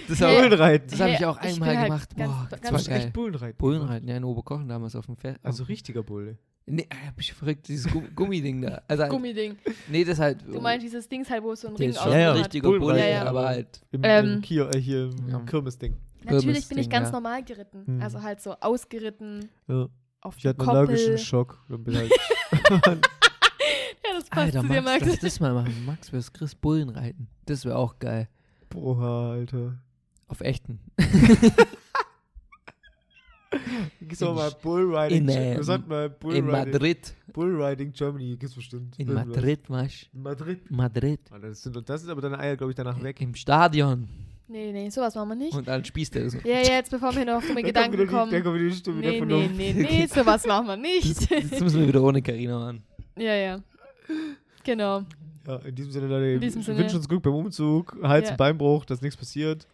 [SPEAKER 1] Das habe
[SPEAKER 2] Bullenreiten.
[SPEAKER 1] das hab ich
[SPEAKER 4] Hey,
[SPEAKER 1] auch
[SPEAKER 4] ich
[SPEAKER 1] einmal
[SPEAKER 4] bin halt
[SPEAKER 1] gemacht.
[SPEAKER 4] ganz-
[SPEAKER 1] Boah,
[SPEAKER 4] ganz
[SPEAKER 1] das war
[SPEAKER 2] Das ist
[SPEAKER 1] geil.
[SPEAKER 2] echt Bullenreiten.
[SPEAKER 1] Bullenreiten, ja, in Oberkochen damals auf dem Pferd.
[SPEAKER 2] Also richtiger Bulle.
[SPEAKER 1] Nee, ah, bist du verrückt, dieses Gu- Gummiding da. Also halt,
[SPEAKER 4] Gummiding.
[SPEAKER 1] Nee, das ist halt.
[SPEAKER 4] Du meinst dieses Dings halt, wo es so ein
[SPEAKER 1] das
[SPEAKER 4] Ring
[SPEAKER 1] ist schon
[SPEAKER 2] Ja, ja.
[SPEAKER 1] ein
[SPEAKER 4] außen hat.
[SPEAKER 1] richtiger
[SPEAKER 2] Bullenreiten,
[SPEAKER 1] Bulle,
[SPEAKER 4] ja, ja.
[SPEAKER 1] aber halt.
[SPEAKER 2] Im, im
[SPEAKER 4] Ähm,
[SPEAKER 2] Kio, äh, hier im
[SPEAKER 1] Ja.
[SPEAKER 2] Kirmesding.
[SPEAKER 4] Natürlich bin ich
[SPEAKER 1] Kirmesding,
[SPEAKER 4] ganz
[SPEAKER 1] ja.
[SPEAKER 4] normal geritten.
[SPEAKER 2] Mhm.
[SPEAKER 4] Also halt so ausgeritten.
[SPEAKER 2] Ja.
[SPEAKER 4] Auf
[SPEAKER 2] Ich hatte einen
[SPEAKER 4] Koppel.
[SPEAKER 2] allergischen Schock. Und bin halt
[SPEAKER 4] Ja, das passt
[SPEAKER 1] Alter,
[SPEAKER 4] zu dir,
[SPEAKER 1] Max,
[SPEAKER 4] Max.
[SPEAKER 1] lass das mal machen. Max versus Chris Bullenreiten. Das wäre auch geil.
[SPEAKER 2] Boah, Alter.
[SPEAKER 1] Auf echten.
[SPEAKER 2] Gibt's
[SPEAKER 1] In
[SPEAKER 2] auch mal
[SPEAKER 1] Sch-
[SPEAKER 2] Bullriding.
[SPEAKER 1] in,
[SPEAKER 2] Wir
[SPEAKER 1] ähm,
[SPEAKER 2] sollten mal
[SPEAKER 1] In
[SPEAKER 2] Bullriding.
[SPEAKER 1] Madrid.
[SPEAKER 2] Bullriding Germany gibt's bestimmt.
[SPEAKER 1] In
[SPEAKER 2] Irgendwas.
[SPEAKER 1] Madrid, Masch.
[SPEAKER 2] In Madrid.
[SPEAKER 1] Madrid.
[SPEAKER 2] Alter, das, sind, das sind aber deine Eier, glaube ich, danach weg.
[SPEAKER 1] Im Stadion.
[SPEAKER 4] Nee, nee, sowas machen wir nicht.
[SPEAKER 1] Und dann spießt er so.
[SPEAKER 4] Ja, ja, jetzt bevor wir noch auf dumme
[SPEAKER 2] Dann
[SPEAKER 4] Gedanken
[SPEAKER 2] kommt wieder die, dann
[SPEAKER 4] kommen.
[SPEAKER 2] kommt wieder die Stimme der
[SPEAKER 4] Nee, nee,
[SPEAKER 2] Vernunft.
[SPEAKER 4] nee, nee, sowas machen wir nicht.
[SPEAKER 1] Jetzt müssen wir wieder ohne Carina machen.
[SPEAKER 4] ja, ja. Genau.
[SPEAKER 2] Ja, in diesem Sinne, Leute,
[SPEAKER 4] In diesem
[SPEAKER 2] wir
[SPEAKER 4] Sinne.
[SPEAKER 2] wünschen uns Glück beim Umzug, Hals-
[SPEAKER 4] Ja.
[SPEAKER 2] und Beinbruch, dass nichts passiert.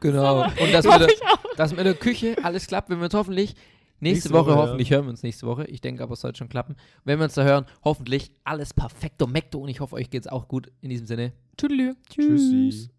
[SPEAKER 1] Genau. Und dass mit,
[SPEAKER 4] Hoffe
[SPEAKER 1] der,
[SPEAKER 4] ich auch.
[SPEAKER 1] dass mit der Küche alles klappt, wenn wir uns hoffentlich nächste,
[SPEAKER 2] Nächste
[SPEAKER 1] Woche,
[SPEAKER 2] Woche, ja.
[SPEAKER 1] hoffentlich hören wir uns nächste Woche. Ich denke aber, es sollte schon klappen. Wenn wir uns da hören, hoffentlich alles perfekto, mecto und ich hoffe, euch geht's auch gut. In diesem Sinne.
[SPEAKER 4] Tüdelü.
[SPEAKER 2] Tschüssi.